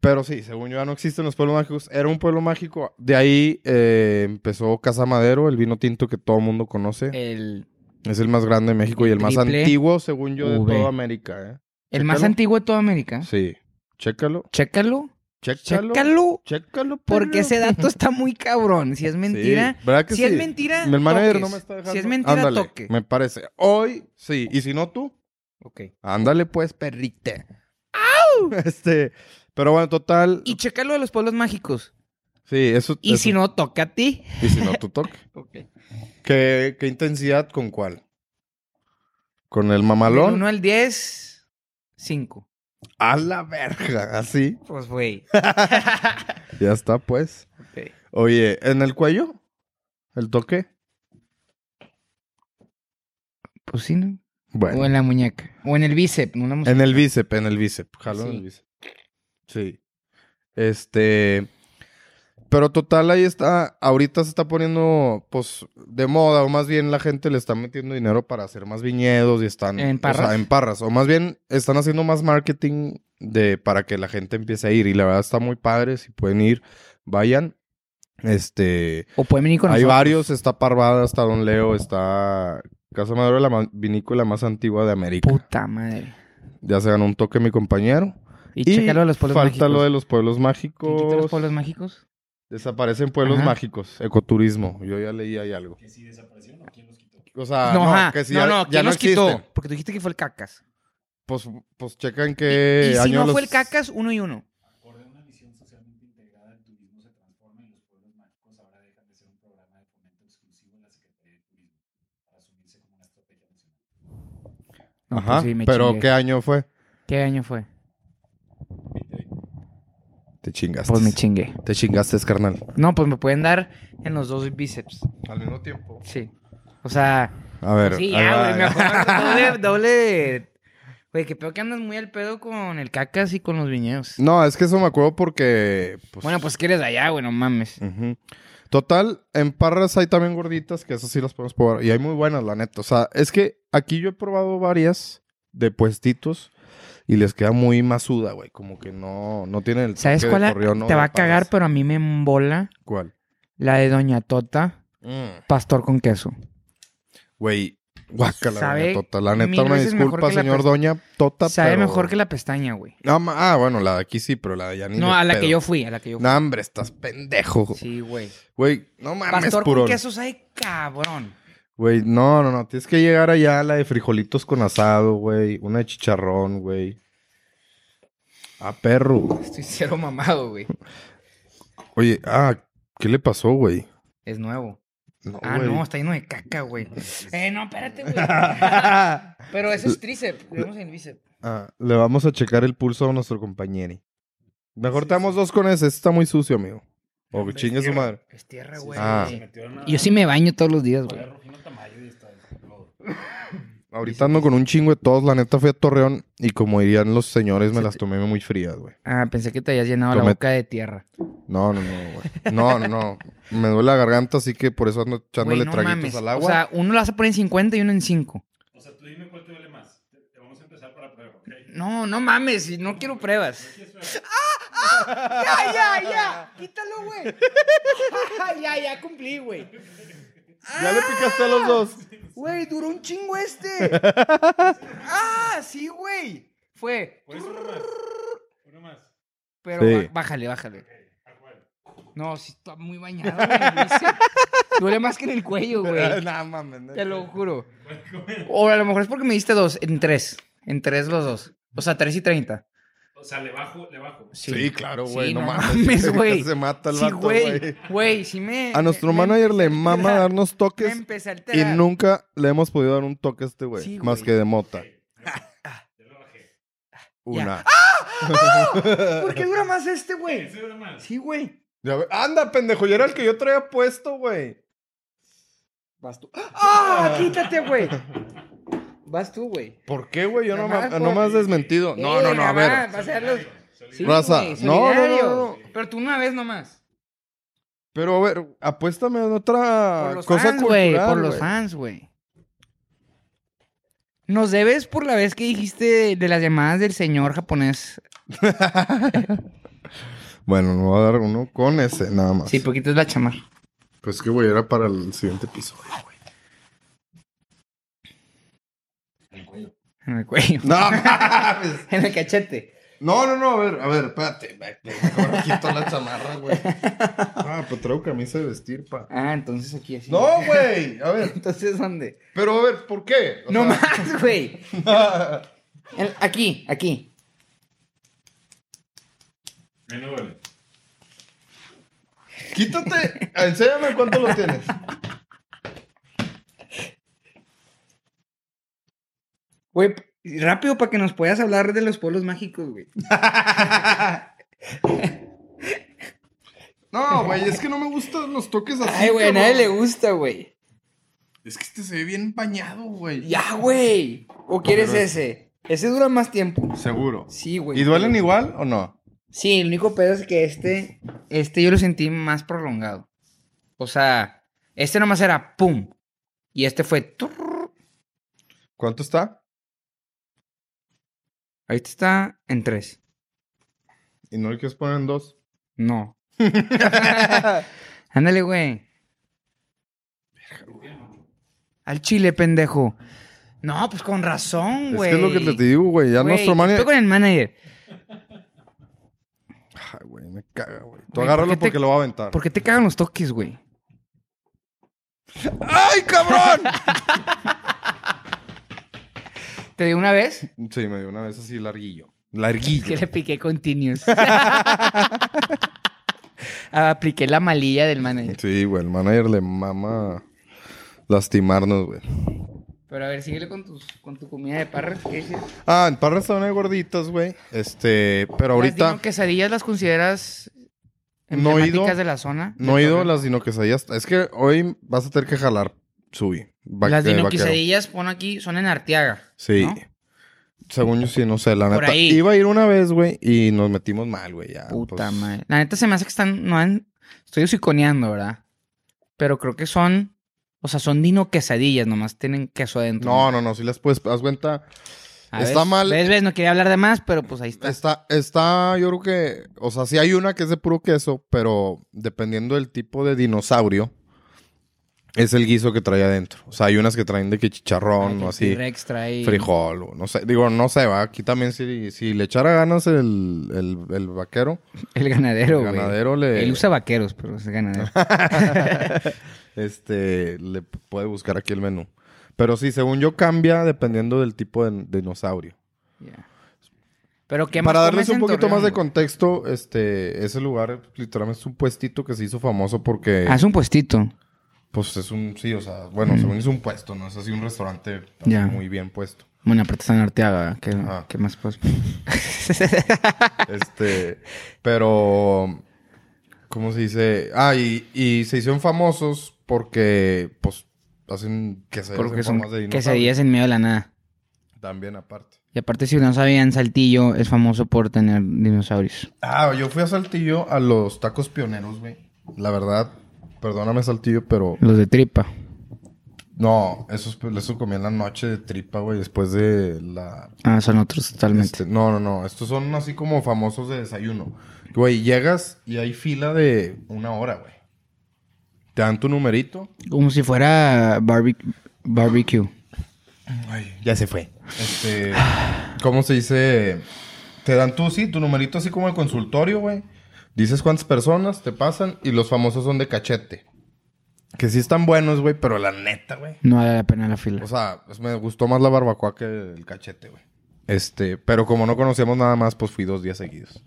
Speaker 1: pero sí, según yo ya no existen los pueblos mágicos. Era un pueblo mágico. De ahí eh, empezó Casa Madero, el vino tinto que todo mundo conoce.
Speaker 2: El,
Speaker 1: es el más grande de México y el más
Speaker 2: Eh, triple
Speaker 1: antiguo, según yo, de
Speaker 2: V.
Speaker 1: toda América, ¿eh?
Speaker 2: el más
Speaker 1: Chécalo.
Speaker 2: antiguo de toda América.
Speaker 1: Sí. Chécalo,
Speaker 2: Chécalo.
Speaker 1: chécalo,
Speaker 2: Chécalo.
Speaker 1: chécalo.
Speaker 2: Porque
Speaker 1: perro.
Speaker 2: ese dato está muy cabrón. Si es
Speaker 1: Sí,
Speaker 2: mentira.
Speaker 1: ¿verdad que
Speaker 2: Si es
Speaker 1: sí?
Speaker 2: mentira,
Speaker 1: El manager
Speaker 2: toques.
Speaker 1: no me está dejando.
Speaker 2: Si es mentira,
Speaker 1: Ándale,
Speaker 2: toque.
Speaker 1: Me parece. Hoy sí. Y si no tú,
Speaker 2: Ok.
Speaker 1: ándale pues, perrite. Este. Pero bueno, total.
Speaker 2: Y chécalo de los pueblos mágicos.
Speaker 1: Sí, eso.
Speaker 2: Y
Speaker 1: eso-
Speaker 2: si no, toca a ti.
Speaker 1: Y si no tú toque.
Speaker 2: Ok.
Speaker 1: ¿Qué, qué intensidad con cuál? ¿Con el mamalón?
Speaker 2: 1 al 10, 5.
Speaker 1: A la verga. Así.
Speaker 2: Pues, güey.
Speaker 1: Ya está, pues. Oye, ¿en el cuello? ¿El toque?
Speaker 2: Pues sí, ¿no?
Speaker 1: Bueno.
Speaker 2: O en la muñeca. O en el bíceps. no en la mus-
Speaker 1: En el bíceps, en el bíceps. Jalo en
Speaker 2: Sí.
Speaker 1: el bíceps. Sí. Este. Pero total, ahí está. Ahorita se está poniendo, pues, de moda, o más bien la gente le está metiendo dinero para hacer más viñedos y están.
Speaker 2: ¿En
Speaker 1: o sea,
Speaker 2: parras?
Speaker 1: en parras. O más bien están haciendo más marketing de para que la gente empiece a ir. Y la verdad está muy padre. Si pueden ir, vayan. Este.
Speaker 2: O pueden venir con
Speaker 1: Hay
Speaker 2: nosotros.
Speaker 1: varios, está Parvada, está Don Leo, está Casa Madero, la ma- vinícola más antigua de América.
Speaker 2: Puta madre.
Speaker 1: Ya se ganó un toque mi compañero.
Speaker 2: Y, checa lo de los pueblos
Speaker 1: falta
Speaker 2: mágicos.
Speaker 1: lo de los pueblos
Speaker 2: ¿Quién quita los
Speaker 1: mágicos.
Speaker 2: pueblos mágicos?
Speaker 1: Desaparecen pueblos
Speaker 2: Ajá.
Speaker 1: mágicos, ecoturismo. Yo ya leí ahí algo.
Speaker 3: Que si desaparecieron o quién los quitó.
Speaker 1: O sea,
Speaker 2: no,
Speaker 1: Ah, no,
Speaker 2: ajá.
Speaker 1: que si
Speaker 2: no,
Speaker 1: ya,
Speaker 2: no,
Speaker 1: ya
Speaker 2: ¿quién los
Speaker 1: existen.
Speaker 2: quitó? Porque tú dijiste que fue el cacas.
Speaker 1: Pues, pues checa en
Speaker 2: Y
Speaker 1: qué
Speaker 2: si
Speaker 1: año
Speaker 2: no
Speaker 1: los-
Speaker 2: fue el cacas, uno y uno.
Speaker 3: Acorde a una visión socialmente integrada, el turismo se transforma y los pueblos mágicos ahora dejan de ser un programa de fomento exclusivo en la Secretaría de Turismo para asumirse como una estrategia nacional.
Speaker 2: No, pues
Speaker 1: Ajá,
Speaker 2: sí, me
Speaker 1: pero
Speaker 2: chingué.
Speaker 1: ¿qué año fue?
Speaker 2: ¿Qué año fue?
Speaker 1: Te chingaste.
Speaker 2: Pues me chingué.
Speaker 1: Te chingaste, carnal.
Speaker 2: No, pues me pueden dar en los dos bíceps.
Speaker 1: Al mismo tiempo.
Speaker 2: Sí. O sea,
Speaker 1: A ver.
Speaker 2: sí,
Speaker 1: ahí
Speaker 2: ya,
Speaker 1: va.
Speaker 2: güey. Me acuerdo doble, doble de. Güey, que peor que andas muy al pedo con el cacas y con los viñedos.
Speaker 1: No, es que eso me acuerdo porque... pues,
Speaker 2: Bueno, pues que eres de allá, güey, no mames.
Speaker 1: Ujú. Total, en Parras hay también gorditas, que esas sí las podemos probar. Y hay muy buenas, la neta. O sea, es que aquí yo he probado varias de puestitos y les queda muy masuda, güey. Como que no, no tienen el
Speaker 2: ¿Sabes
Speaker 1: toque de
Speaker 2: cuál? a-
Speaker 1: Torreón o
Speaker 2: Te
Speaker 1: de
Speaker 2: va a cagar,
Speaker 1: Parras.
Speaker 2: pero a mí me embola
Speaker 1: ¿Cuál?
Speaker 2: la de Doña Tota,
Speaker 1: Mm,
Speaker 2: pastor con queso.
Speaker 1: Güey, guácala, la
Speaker 2: Sabe
Speaker 1: doña Tota. La
Speaker 2: mil
Speaker 1: neta, una
Speaker 2: veces mejor
Speaker 1: disculpa,
Speaker 2: que la
Speaker 1: señor
Speaker 2: pes-
Speaker 1: Doña Tota,
Speaker 2: Sabe
Speaker 1: pero-
Speaker 2: mejor que la pestaña, güey.
Speaker 1: No, ma- ah, bueno, la de aquí sí, pero la de allá ni
Speaker 2: No,
Speaker 1: de
Speaker 2: a la que
Speaker 1: pedo.
Speaker 2: yo fui, a la que yo fui.
Speaker 1: No, hombre, estás pendejo.
Speaker 2: Sí, güey.
Speaker 1: Güey, no mames,
Speaker 2: Pastor con
Speaker 1: Ah, purón.
Speaker 2: queso sabe cabrón.
Speaker 1: Güey, no, no, no. Tienes que llegar allá a la de frijolitos con asado, güey. Una de chicharrón, güey. Ah, perro. güey.
Speaker 2: Estoy cero mamado, güey.
Speaker 1: Oye, ah, ¿qué le pasó, güey?
Speaker 2: Es nuevo.
Speaker 1: No,
Speaker 2: Ah,
Speaker 1: güey.
Speaker 2: no, está lleno de caca, güey. Eh, no, espérate, güey. Pero ese es tríceps. Vemos en bíceps.
Speaker 1: Ah, le vamos a checar el pulso a nuestro compañero. Mejor te damos dos con ese. Este está muy sucio, amigo. O que
Speaker 3: Hombre,
Speaker 1: Oh, chingue su
Speaker 3: tierra.
Speaker 1: madre.
Speaker 2: Es tierra, güey.
Speaker 1: Ah.
Speaker 3: Se metieron a-
Speaker 2: Yo sí me baño todos los días,
Speaker 3: Fue
Speaker 2: güey.
Speaker 3: Rufino Tamayo y está desnudo.
Speaker 1: Ahorita ando con un chingo de todos. La neta fui a Torreón y como dirían los señores, me las tomé muy frías, güey.
Speaker 2: Ah, pensé que te habías llenado la
Speaker 1: Tomé-
Speaker 2: boca de tierra.
Speaker 1: No, no, no, güey. No, no, no. Me duele la garganta, así que por eso ando echándole
Speaker 2: Güey, no
Speaker 1: traguitos
Speaker 2: mames.
Speaker 1: al agua.
Speaker 2: O sea, uno lo hace poner en 50 y uno en 5.
Speaker 3: O sea, tú dime cuál te duele más. Te, te vamos a empezar para prueba, ¿ok?
Speaker 2: No, no mames, no quiero pruebas. Ah,
Speaker 3: ¿Qué es prueba?
Speaker 2: ¡Ya, ya, ya! ¡Quítalo, güey! Ah, ya, ya cumplí, güey.
Speaker 1: Ya le picaste a los dos.
Speaker 2: Güey, duró un chingo este. ¡Ah, sí, güey! Fue.
Speaker 3: ¿Cuál es uno más? Uno más.
Speaker 2: Pero
Speaker 1: Sí.
Speaker 2: ba- bájale, bájale.
Speaker 3: ¿A cuál?
Speaker 2: No, sí está muy bañado, güey. dice. Duele más que en el cuello, güey.
Speaker 1: Nah, mames, neta.
Speaker 2: Te lo juro. O a lo mejor es porque me diste dos. En tres. En tres los dos. O sea, tres y treinta.
Speaker 3: O sea, le bajo, le bajo.
Speaker 1: Sí, claro,
Speaker 2: Sí,
Speaker 1: güey. no,
Speaker 2: no
Speaker 1: mames,
Speaker 2: mames,
Speaker 1: Ya
Speaker 2: güey.
Speaker 1: Se mata el
Speaker 2: Sí,
Speaker 1: vato, güey.
Speaker 2: güey. Güey, sí me...
Speaker 1: A nuestro
Speaker 2: me-
Speaker 1: manager le mama darnos
Speaker 2: Me
Speaker 1: toques
Speaker 2: empecé a
Speaker 1: y
Speaker 2: alterar.
Speaker 1: nunca le hemos podido dar un toque a este güey.
Speaker 2: Sí, Ah,
Speaker 1: más
Speaker 2: güey.
Speaker 1: que de mota.
Speaker 3: Ya lo bajé.
Speaker 1: Una.
Speaker 2: Ah. ¿Por qué dura más este, güey?
Speaker 3: ¿Ese dura más?
Speaker 2: Sí, güey.
Speaker 1: Ya ve- Anda, pendejo. Y era el que yo traía puesto, güey.
Speaker 2: Vas tú. ¡Ah! Quítate, güey. Vas tú, güey.
Speaker 1: ¿Por qué, güey? Yo no,
Speaker 2: Nomás,
Speaker 1: ma- no me has
Speaker 3: güey.
Speaker 1: desmentido. No, no, no. A ver.
Speaker 2: Vas a dar los... Sí,
Speaker 1: Raza,
Speaker 2: güey,
Speaker 1: no, no, no,
Speaker 2: solidario.
Speaker 1: no.
Speaker 2: Pero tú una vez nomás.
Speaker 1: Pero, a ver, apuéstame en otra
Speaker 2: Por los
Speaker 1: Ah, cosa
Speaker 2: fans,
Speaker 1: cultural,
Speaker 2: güey. Por los
Speaker 1: güey.
Speaker 2: fans, güey. Nos debes por la vez que dijiste de las llamadas del señor japonés.
Speaker 1: Bueno, me voy a dar uno con ese, nada más.
Speaker 2: Sí, porque es la chamar.
Speaker 1: Pues que, güey, era para el siguiente episodio, güey.
Speaker 2: En el cuello.
Speaker 1: No, mames.
Speaker 2: En el cachete.
Speaker 1: No, no, no, a ver, a ver, espérate. me- me- Ahora quito la chamarra, güey. Ah, pues traigo camisa de vestir, pa.
Speaker 2: Ah, entonces aquí así.
Speaker 1: No, güey, a ver.
Speaker 2: Entonces, ¿dónde?
Speaker 1: Pero a ver, ¿por qué? O
Speaker 2: no
Speaker 1: sea,
Speaker 2: más, güey. En- Aquí, aquí.
Speaker 3: Menos duele.
Speaker 1: Quítate, enséñame cuánto lo tienes.
Speaker 2: Güey, rápido para que nos puedas hablar de los pueblos mágicos, güey.
Speaker 1: No, güey, es que no me gustan los toques así.
Speaker 2: Ay, güey, a
Speaker 1: cabrón.
Speaker 2: nadie le gusta, güey.
Speaker 1: Es que este se ve bien bañado, güey.
Speaker 2: Ya, güey. ¿O quieres
Speaker 1: pero
Speaker 2: ese? Ese dura más tiempo.
Speaker 1: Seguro.
Speaker 2: Sí, güey.
Speaker 1: ¿Y duelen igual o no?
Speaker 2: Sí, el único pedo es que este, este yo lo sentí más prolongado. O sea, este nomás era pum. Y este fue. turr.
Speaker 1: ¿Cuánto está?
Speaker 2: Ahí está en tres.
Speaker 1: ¿Y no le quieres poner en dos?
Speaker 2: No. Ándale, güey. Al chile, pendejo. No, pues con razón, güey.
Speaker 1: Es que es lo que te digo, güey. Ya
Speaker 2: Güey,
Speaker 1: nuestro manager.
Speaker 2: Estoy con el manager.
Speaker 1: Ay, güey, me caga, güey. Tú
Speaker 2: Güey,
Speaker 1: agárralo
Speaker 2: ¿por qué te-
Speaker 1: porque lo va a aventar.
Speaker 2: ¿Por qué te cagan los toques, güey?
Speaker 1: ¡Ay, cabrón!
Speaker 2: ¿Te di una vez?
Speaker 1: sí, me dio una vez así larguillo. Larguillo.
Speaker 2: Que le piqué continuous. Apliqué la malilla del manager.
Speaker 1: Sí, güey, el manager le mama lastimarnos, güey.
Speaker 2: Pero a ver, síguele con, tus, con tu comida de parras. ¿Qué dices?
Speaker 1: Ah, en Parras están de gorditas, güey. Este, pero
Speaker 2: Las
Speaker 1: ahorita
Speaker 2: dino quesadillas las consideras
Speaker 1: No he ido.
Speaker 2: emblemáticas de la zona.
Speaker 1: no he
Speaker 2: de
Speaker 1: ido a
Speaker 2: Torreón?
Speaker 1: las dinoquesadillas. Es que hoy vas a tener que jalar, subí. va-
Speaker 2: Las
Speaker 1: de vaquero.
Speaker 2: dinoquisadillas, pon aquí, son en Arteaga.
Speaker 1: Sí.
Speaker 2: ¿no?
Speaker 1: Según yo sí, no sé, la
Speaker 2: Por
Speaker 1: neta.
Speaker 2: ahí.
Speaker 1: Iba a ir una vez, güey, y nos metimos mal, güey. ya,
Speaker 2: Puta
Speaker 1: pues,
Speaker 2: madre. La neta se me hace que están. No han, estoy hociconeando, ¿verdad? Pero creo que son. O sea, son dino quesadillas, nomás tienen queso adentro.
Speaker 1: No, no, no, si las puedes, haz cuenta.
Speaker 2: Ah,
Speaker 1: está
Speaker 2: ¿ves?
Speaker 1: mal.
Speaker 2: ¿Ves, ves? No quería hablar de más, pero pues ahí está.
Speaker 1: Está, está, yo creo que, o sea, sí hay una que es de puro queso, pero dependiendo del tipo de dinosaurio, es el guiso que trae adentro. O sea, hay unas que traen de que
Speaker 2: Ah,
Speaker 1: chicharrón o así,
Speaker 2: Rex trae.
Speaker 1: frijol o no sé. Digo, no sé, va. Aquí también si, si le echara ganas el, el- el vaquero,
Speaker 2: El ganadero,
Speaker 1: el
Speaker 2: güey.
Speaker 1: ganadero le,
Speaker 2: Él usa vaqueros, pero es ganadero.
Speaker 1: este, le puede buscar aquí el menú. Pero sí, según yo, cambia dependiendo del tipo de dinosaurio.
Speaker 2: Ya. Pero qué más
Speaker 1: Para darles
Speaker 2: comes
Speaker 1: un
Speaker 2: en
Speaker 1: poquito
Speaker 2: Torreón,
Speaker 1: más de
Speaker 2: güey?
Speaker 1: contexto, este, ese lugar literalmente es un puestito que se hizo famoso porque,
Speaker 2: Haz un puestito.
Speaker 1: pues es un, sí, o sea, bueno, según es un puesto, no es así un restaurante así
Speaker 2: Mm. Ya.
Speaker 1: muy bien puesto.
Speaker 2: Bueno, aparte está en Arteaga, ¿qué,
Speaker 1: Ajá.
Speaker 2: qué más pues?
Speaker 1: Este, pero, ¿cómo se dice? Ah, y, y se hicieron famosos porque, pues, hacen quesadillas
Speaker 2: Porque
Speaker 1: en
Speaker 2: son
Speaker 1: formas de dinosaurio.
Speaker 2: quesadillas en medio de la nada.
Speaker 1: También aparte.
Speaker 2: Y aparte, si no sabían, Saltillo es famoso por tener dinosaurios.
Speaker 1: Ah, yo fui a Saltillo a los tacos pioneros, güey. La verdad, perdóname Saltillo, pero...
Speaker 2: Los de tripa.
Speaker 1: No, pues, esos, esos comían la noche de tripa, güey, después de la...
Speaker 2: Ah, son otros totalmente.
Speaker 1: este, no, no, no, estos son así como famosos de desayuno. Güey, llegas y hay fila de una hora, güey. Te dan tu numerito.
Speaker 2: Como si fuera barbe- barbecue.
Speaker 1: Ay, ya se fue. Este, ¿cómo se dice? Te dan tú, sí, tu numerito así como el consultorio, güey. Dices cuántas personas te pasan y los famosos son de cachete. Que sí están buenos, güey, pero la neta, güey.
Speaker 2: No vale la pena la fila.
Speaker 1: O sea, pues, me gustó más la barbacoa que el cachete, güey. Este, pero como no conocíamos nada más, pues fui dos días seguidos.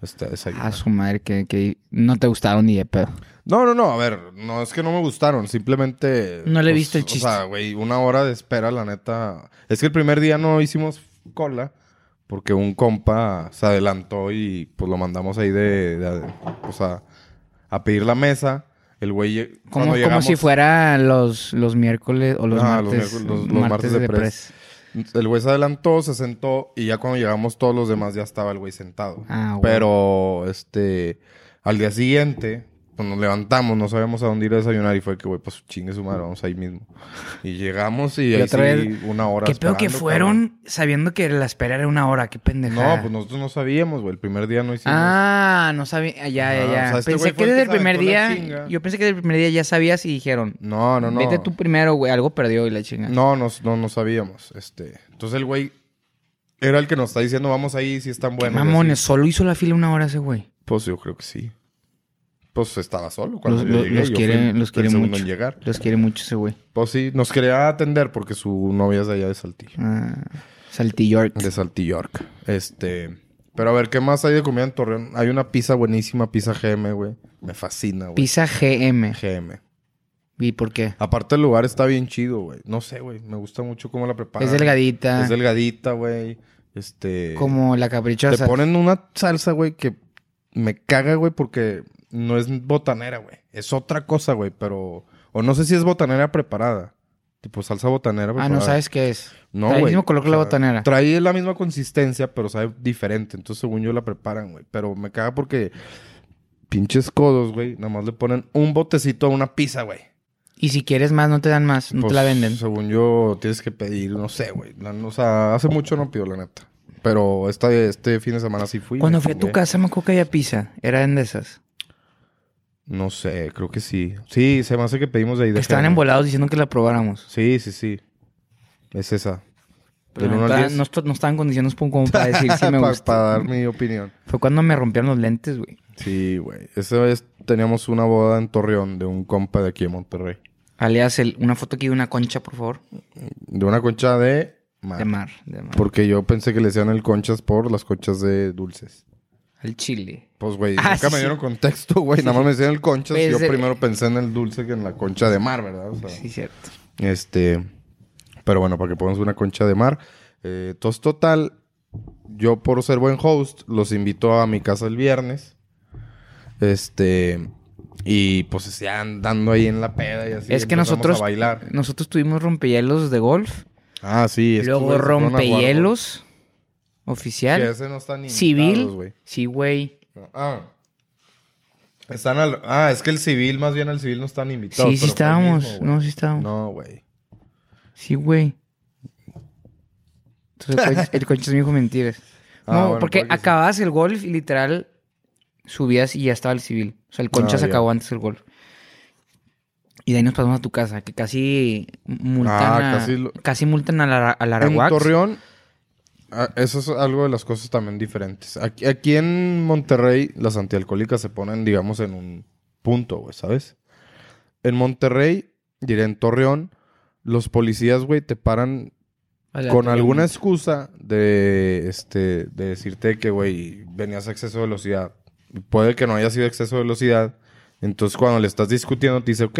Speaker 1: Este, a desayunar.
Speaker 2: A su madre, que, que no te gustaron ni de pedo.
Speaker 1: No, no, no, a ver, no es que no me gustaron, simplemente.
Speaker 2: No le
Speaker 1: pues,
Speaker 2: viste el chiste.
Speaker 1: O sea, güey, una hora de espera, la neta. Es que el primer día no hicimos cola porque un compa se adelantó y pues lo mandamos ahí de. de- o sea, a pedir la mesa. El güey. lleg-
Speaker 2: Como,
Speaker 1: cuando
Speaker 2: como
Speaker 1: llegamos-
Speaker 2: si fuera los, los miércoles o los
Speaker 1: Ah, los
Speaker 2: martes.
Speaker 1: miércoles, los- los martes de press. El güey se adelantó, se sentó y ya cuando llegamos todos los demás ya estaba el güey sentado.
Speaker 2: Ah, güey.
Speaker 1: Pero, este, al día siguiente, pues nos levantamos, no sabíamos a dónde ir a desayunar y fue que, güey, pues chingue su madre, vamos ahí mismo. Y llegamos y,
Speaker 2: Y
Speaker 1: ahí
Speaker 2: otra
Speaker 1: sí,
Speaker 2: vez,
Speaker 1: una hora
Speaker 2: Qué pedo que
Speaker 1: esperando,
Speaker 2: fueron sabiendo que la espera era una hora. Qué
Speaker 1: cabrón.
Speaker 2: pendejada.
Speaker 1: No, pues nosotros no sabíamos, güey, el primer día no hicimos.
Speaker 2: Ah, no sabía. Ya, ya,
Speaker 1: Ajá,
Speaker 2: ya.
Speaker 1: o sea, este
Speaker 2: pensé
Speaker 1: güey
Speaker 2: que
Speaker 1: fue el
Speaker 2: desde el
Speaker 1: que se
Speaker 2: primer
Speaker 1: aventó la
Speaker 2: día.
Speaker 1: chinga.
Speaker 2: Yo pensé que desde el primer día ya sabías y dijeron.
Speaker 1: No, no, no.
Speaker 2: Vete tú primero, güey. Algo perdió y la chingada.
Speaker 1: No, no, no, no sabíamos, este. Entonces el güey era el que nos está diciendo, vamos ahí, si están buenos. y así.
Speaker 2: Mamones, solo hizo la fila una hora ese güey.
Speaker 1: Pues yo creo que sí. Pues estaba solo cuando
Speaker 2: Los-
Speaker 1: yo
Speaker 2: los-
Speaker 1: llegué.
Speaker 2: los
Speaker 1: yo
Speaker 2: quiere-
Speaker 1: fui
Speaker 2: los
Speaker 1: el
Speaker 2: quiere
Speaker 1: segundo
Speaker 2: mucho.
Speaker 1: en llegar.
Speaker 2: Los quiere mucho ese güey.
Speaker 1: Pues sí, nos quería atender porque su novia es de allá de Saltillo.
Speaker 2: Ah, Saltillo.
Speaker 1: De Saltillo. York. Este... Pero a ver, ¿qué más hay de comida en Torreón? Hay una pizza buenísima, pizza GM, güey. Me fascina, güey.
Speaker 2: Pizza GM.
Speaker 1: GM.
Speaker 2: ¿Y por qué?
Speaker 1: Aparte el lugar está bien chido, güey. No sé, güey. Me gusta mucho cómo la preparan.
Speaker 2: Es delgadita.
Speaker 1: Es delgadita, güey. Este...
Speaker 2: Como la caprichosa.
Speaker 1: Te ponen una salsa, güey, que me caga, güey, porque no es botanera, güey. Es otra cosa, güey, pero... O no sé si es botanera preparada. Tipo salsa botanera.
Speaker 2: Ah, no
Speaker 1: preparada.
Speaker 2: sabes qué es.
Speaker 1: No,
Speaker 2: Trae el
Speaker 1: güey.
Speaker 2: mismo color que la botanera.
Speaker 1: Trae la misma consistencia, pero sabe diferente. Entonces, según yo, la preparan, güey. Pero me caga porque pinches codos, güey. Nada más le ponen un botecito a una pizza, güey.
Speaker 2: Y si quieres más, no te dan más, no te
Speaker 1: Pues,
Speaker 2: la venden.
Speaker 1: Según yo, tienes que pedir, no sé, güey. La- O sea, hace mucho no pido, la neta. Pero esta, este fin de semana sí fui.
Speaker 2: Cuando
Speaker 1: me
Speaker 2: fui a tu
Speaker 1: chingué.
Speaker 2: casa, me acuerdo que había pizza. Eran de esas.
Speaker 1: No sé, creo que sí. Sí, se me hace que pedimos de ahí.
Speaker 2: Que
Speaker 1: de
Speaker 2: estaban
Speaker 1: Germán.
Speaker 2: envolados diciendo que la probáramos.
Speaker 1: Sí, sí, sí. Es esa.
Speaker 2: Pero
Speaker 1: Del
Speaker 2: no,
Speaker 1: uno al
Speaker 2: estaban-
Speaker 1: diez.
Speaker 2: no est- no estaban en condiciones como para decir si me
Speaker 1: Ah, Pa-
Speaker 2: gusta.
Speaker 1: para dar mi opinión.
Speaker 2: Fue cuando me rompieron los lentes, güey.
Speaker 1: Sí, güey. Esa vez teníamos una boda en Torreón de un compa de aquí en Monterrey.
Speaker 2: Alias, el- una foto aquí de una concha, por favor.
Speaker 1: De una concha de mar.
Speaker 2: De mar, de mar.
Speaker 1: Porque yo pensé que le decían el conchas por las conchas de dulces.
Speaker 2: Al chile.
Speaker 1: Pues, güey,
Speaker 2: Ah,
Speaker 1: nunca
Speaker 2: sí,
Speaker 1: me
Speaker 2: sí.
Speaker 1: dieron contexto, güey. Nada más me decían el conchas.
Speaker 2: Pues,
Speaker 1: yo
Speaker 2: eh,
Speaker 1: primero pensé en el dulce que en la concha de mar, ¿verdad? O sea,
Speaker 2: Sí, cierto.
Speaker 1: Este. Pero bueno, para que pongamos una concha de mar. Eh, tos total. Yo, por ser buen host, los invito a mi casa el viernes. Este. Y pues se andan dando ahí en la peda y así.
Speaker 2: es que
Speaker 1: empezamos
Speaker 2: nosotros,
Speaker 1: A bailar.
Speaker 2: nosotros tuvimos rompehielos de golf.
Speaker 1: Ah, sí. estos
Speaker 2: Luego
Speaker 1: güeyes se fueron a jugar,
Speaker 2: rompehielos
Speaker 1: güey. Que
Speaker 2: oficial.
Speaker 1: ese no están invitados,
Speaker 2: Civil.
Speaker 1: güey.
Speaker 2: Sí, güey.
Speaker 1: No, Ah. Están al- Ah, es que el civil, más bien el civil no están invitados.
Speaker 2: Sí, sí
Speaker 1: pero fue el mismo,
Speaker 2: estábamos.
Speaker 1: güey.
Speaker 2: no, sí estábamos.
Speaker 1: No, güey.
Speaker 2: Sí, güey. Entonces el conch- el conchas me dijo mentiras.
Speaker 1: Ah,
Speaker 2: no,
Speaker 1: bueno,
Speaker 2: porque
Speaker 1: puede que sí.
Speaker 2: acababas el golf y literal subías y ya estaba el civil. O sea, el conchas
Speaker 1: Ah, ya.
Speaker 2: acabó antes el golf. Y de ahí nos pasamos a tu casa, que casi multan,
Speaker 1: Ah,
Speaker 2: a,
Speaker 1: casi
Speaker 2: casi
Speaker 1: lo-
Speaker 2: multan a la, a la
Speaker 1: En
Speaker 2: Araguax.
Speaker 1: Torreón, ah, eso es algo de las cosas también diferentes. Aquí, aquí en Monterrey, las antialcohólicas se ponen, digamos, en un punto, güey, ¿sabes? En Monterrey, diré en Torreón, los policías, güey, te paran
Speaker 2: A la
Speaker 1: con
Speaker 2: Torreón.
Speaker 1: alguna excusa de, este, de decirte que, güey, venías a exceso de velocidad. Puede que no haya sido exceso de velocidad. Entonces, cuando le estás discutiendo, te dice, ok,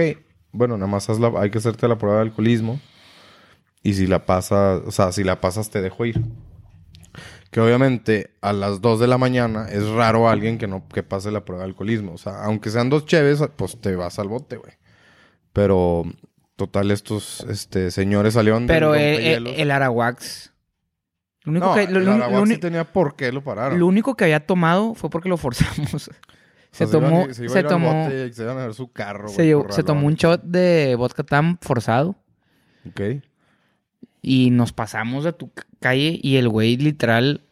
Speaker 1: bueno, nada más haz la- hay que hacerte la prueba de alcoholismo. Y si la pasas, o sea, si la pasas, te dejo ir. Que obviamente a las 2 de la mañana es raro alguien que no que pase la prueba de alcoholismo. O sea, aunque sean dos cheves, pues te vas al bote, güey. Pero, total, estos este, señores salieron del
Speaker 2: Pero eh, el, el,
Speaker 1: rompehielos.
Speaker 2: el Araguax. Lo único,
Speaker 1: No,
Speaker 2: que, lo-
Speaker 1: el
Speaker 2: lo-
Speaker 1: Araguac
Speaker 2: lo
Speaker 1: sí
Speaker 2: uni-
Speaker 1: tenía por qué lo pararon.
Speaker 2: lo único que había tomado fue porque lo forzamos.
Speaker 1: O
Speaker 2: Se
Speaker 1: sea, Pues iban-
Speaker 2: tomó,
Speaker 1: iba a
Speaker 2: se
Speaker 1: ir al
Speaker 2: tomó,
Speaker 1: bote y se iban a ver su carro.
Speaker 2: se
Speaker 1: güey,
Speaker 2: llevó-
Speaker 1: por
Speaker 2: se tomó un
Speaker 1: ralones.
Speaker 2: shot de vodka tan forzado.
Speaker 1: Ok.
Speaker 2: Y nos pasamos a tu c- calle y el güey literal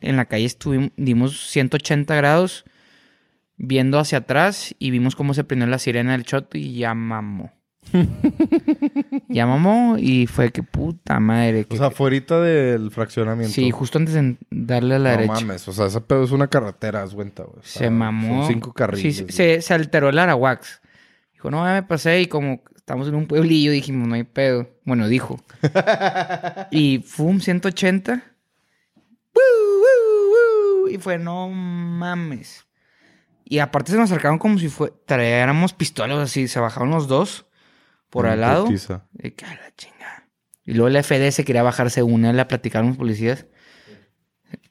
Speaker 2: en la calle estuvimos, dimos 180 grados viendo hacia atrás y vimos cómo se prendió la sirena del shot y ya mamó. ya mamó y fue que puta madre.
Speaker 1: O
Speaker 2: que-
Speaker 1: sea, fuerita del fraccionamiento.
Speaker 2: sí, justo antes de darle a la
Speaker 1: No
Speaker 2: derecha.
Speaker 1: mames, o sea, esa pedo es una carretera, haz cuenta, güey. O sea,
Speaker 2: Se mamó.
Speaker 1: Son cinco carriles.
Speaker 2: Sí, se-
Speaker 1: güey.
Speaker 2: se, se alteró el Arawax. Dijo, no, ya me pasé y como estamos en un pueblillo, dijimos, no hay pedo. Bueno, dijo. y fum, 180. ¡Woo, woo, woo! Y fue, no mames. Y aparte se nos acercaron como si fue, traéramos pistolas así. Se bajaron los dos por
Speaker 1: Una
Speaker 2: al lado.
Speaker 1: putiza.
Speaker 2: Y que a la chingada. Y luego la FD se quería bajarse una, la platicaron los policías.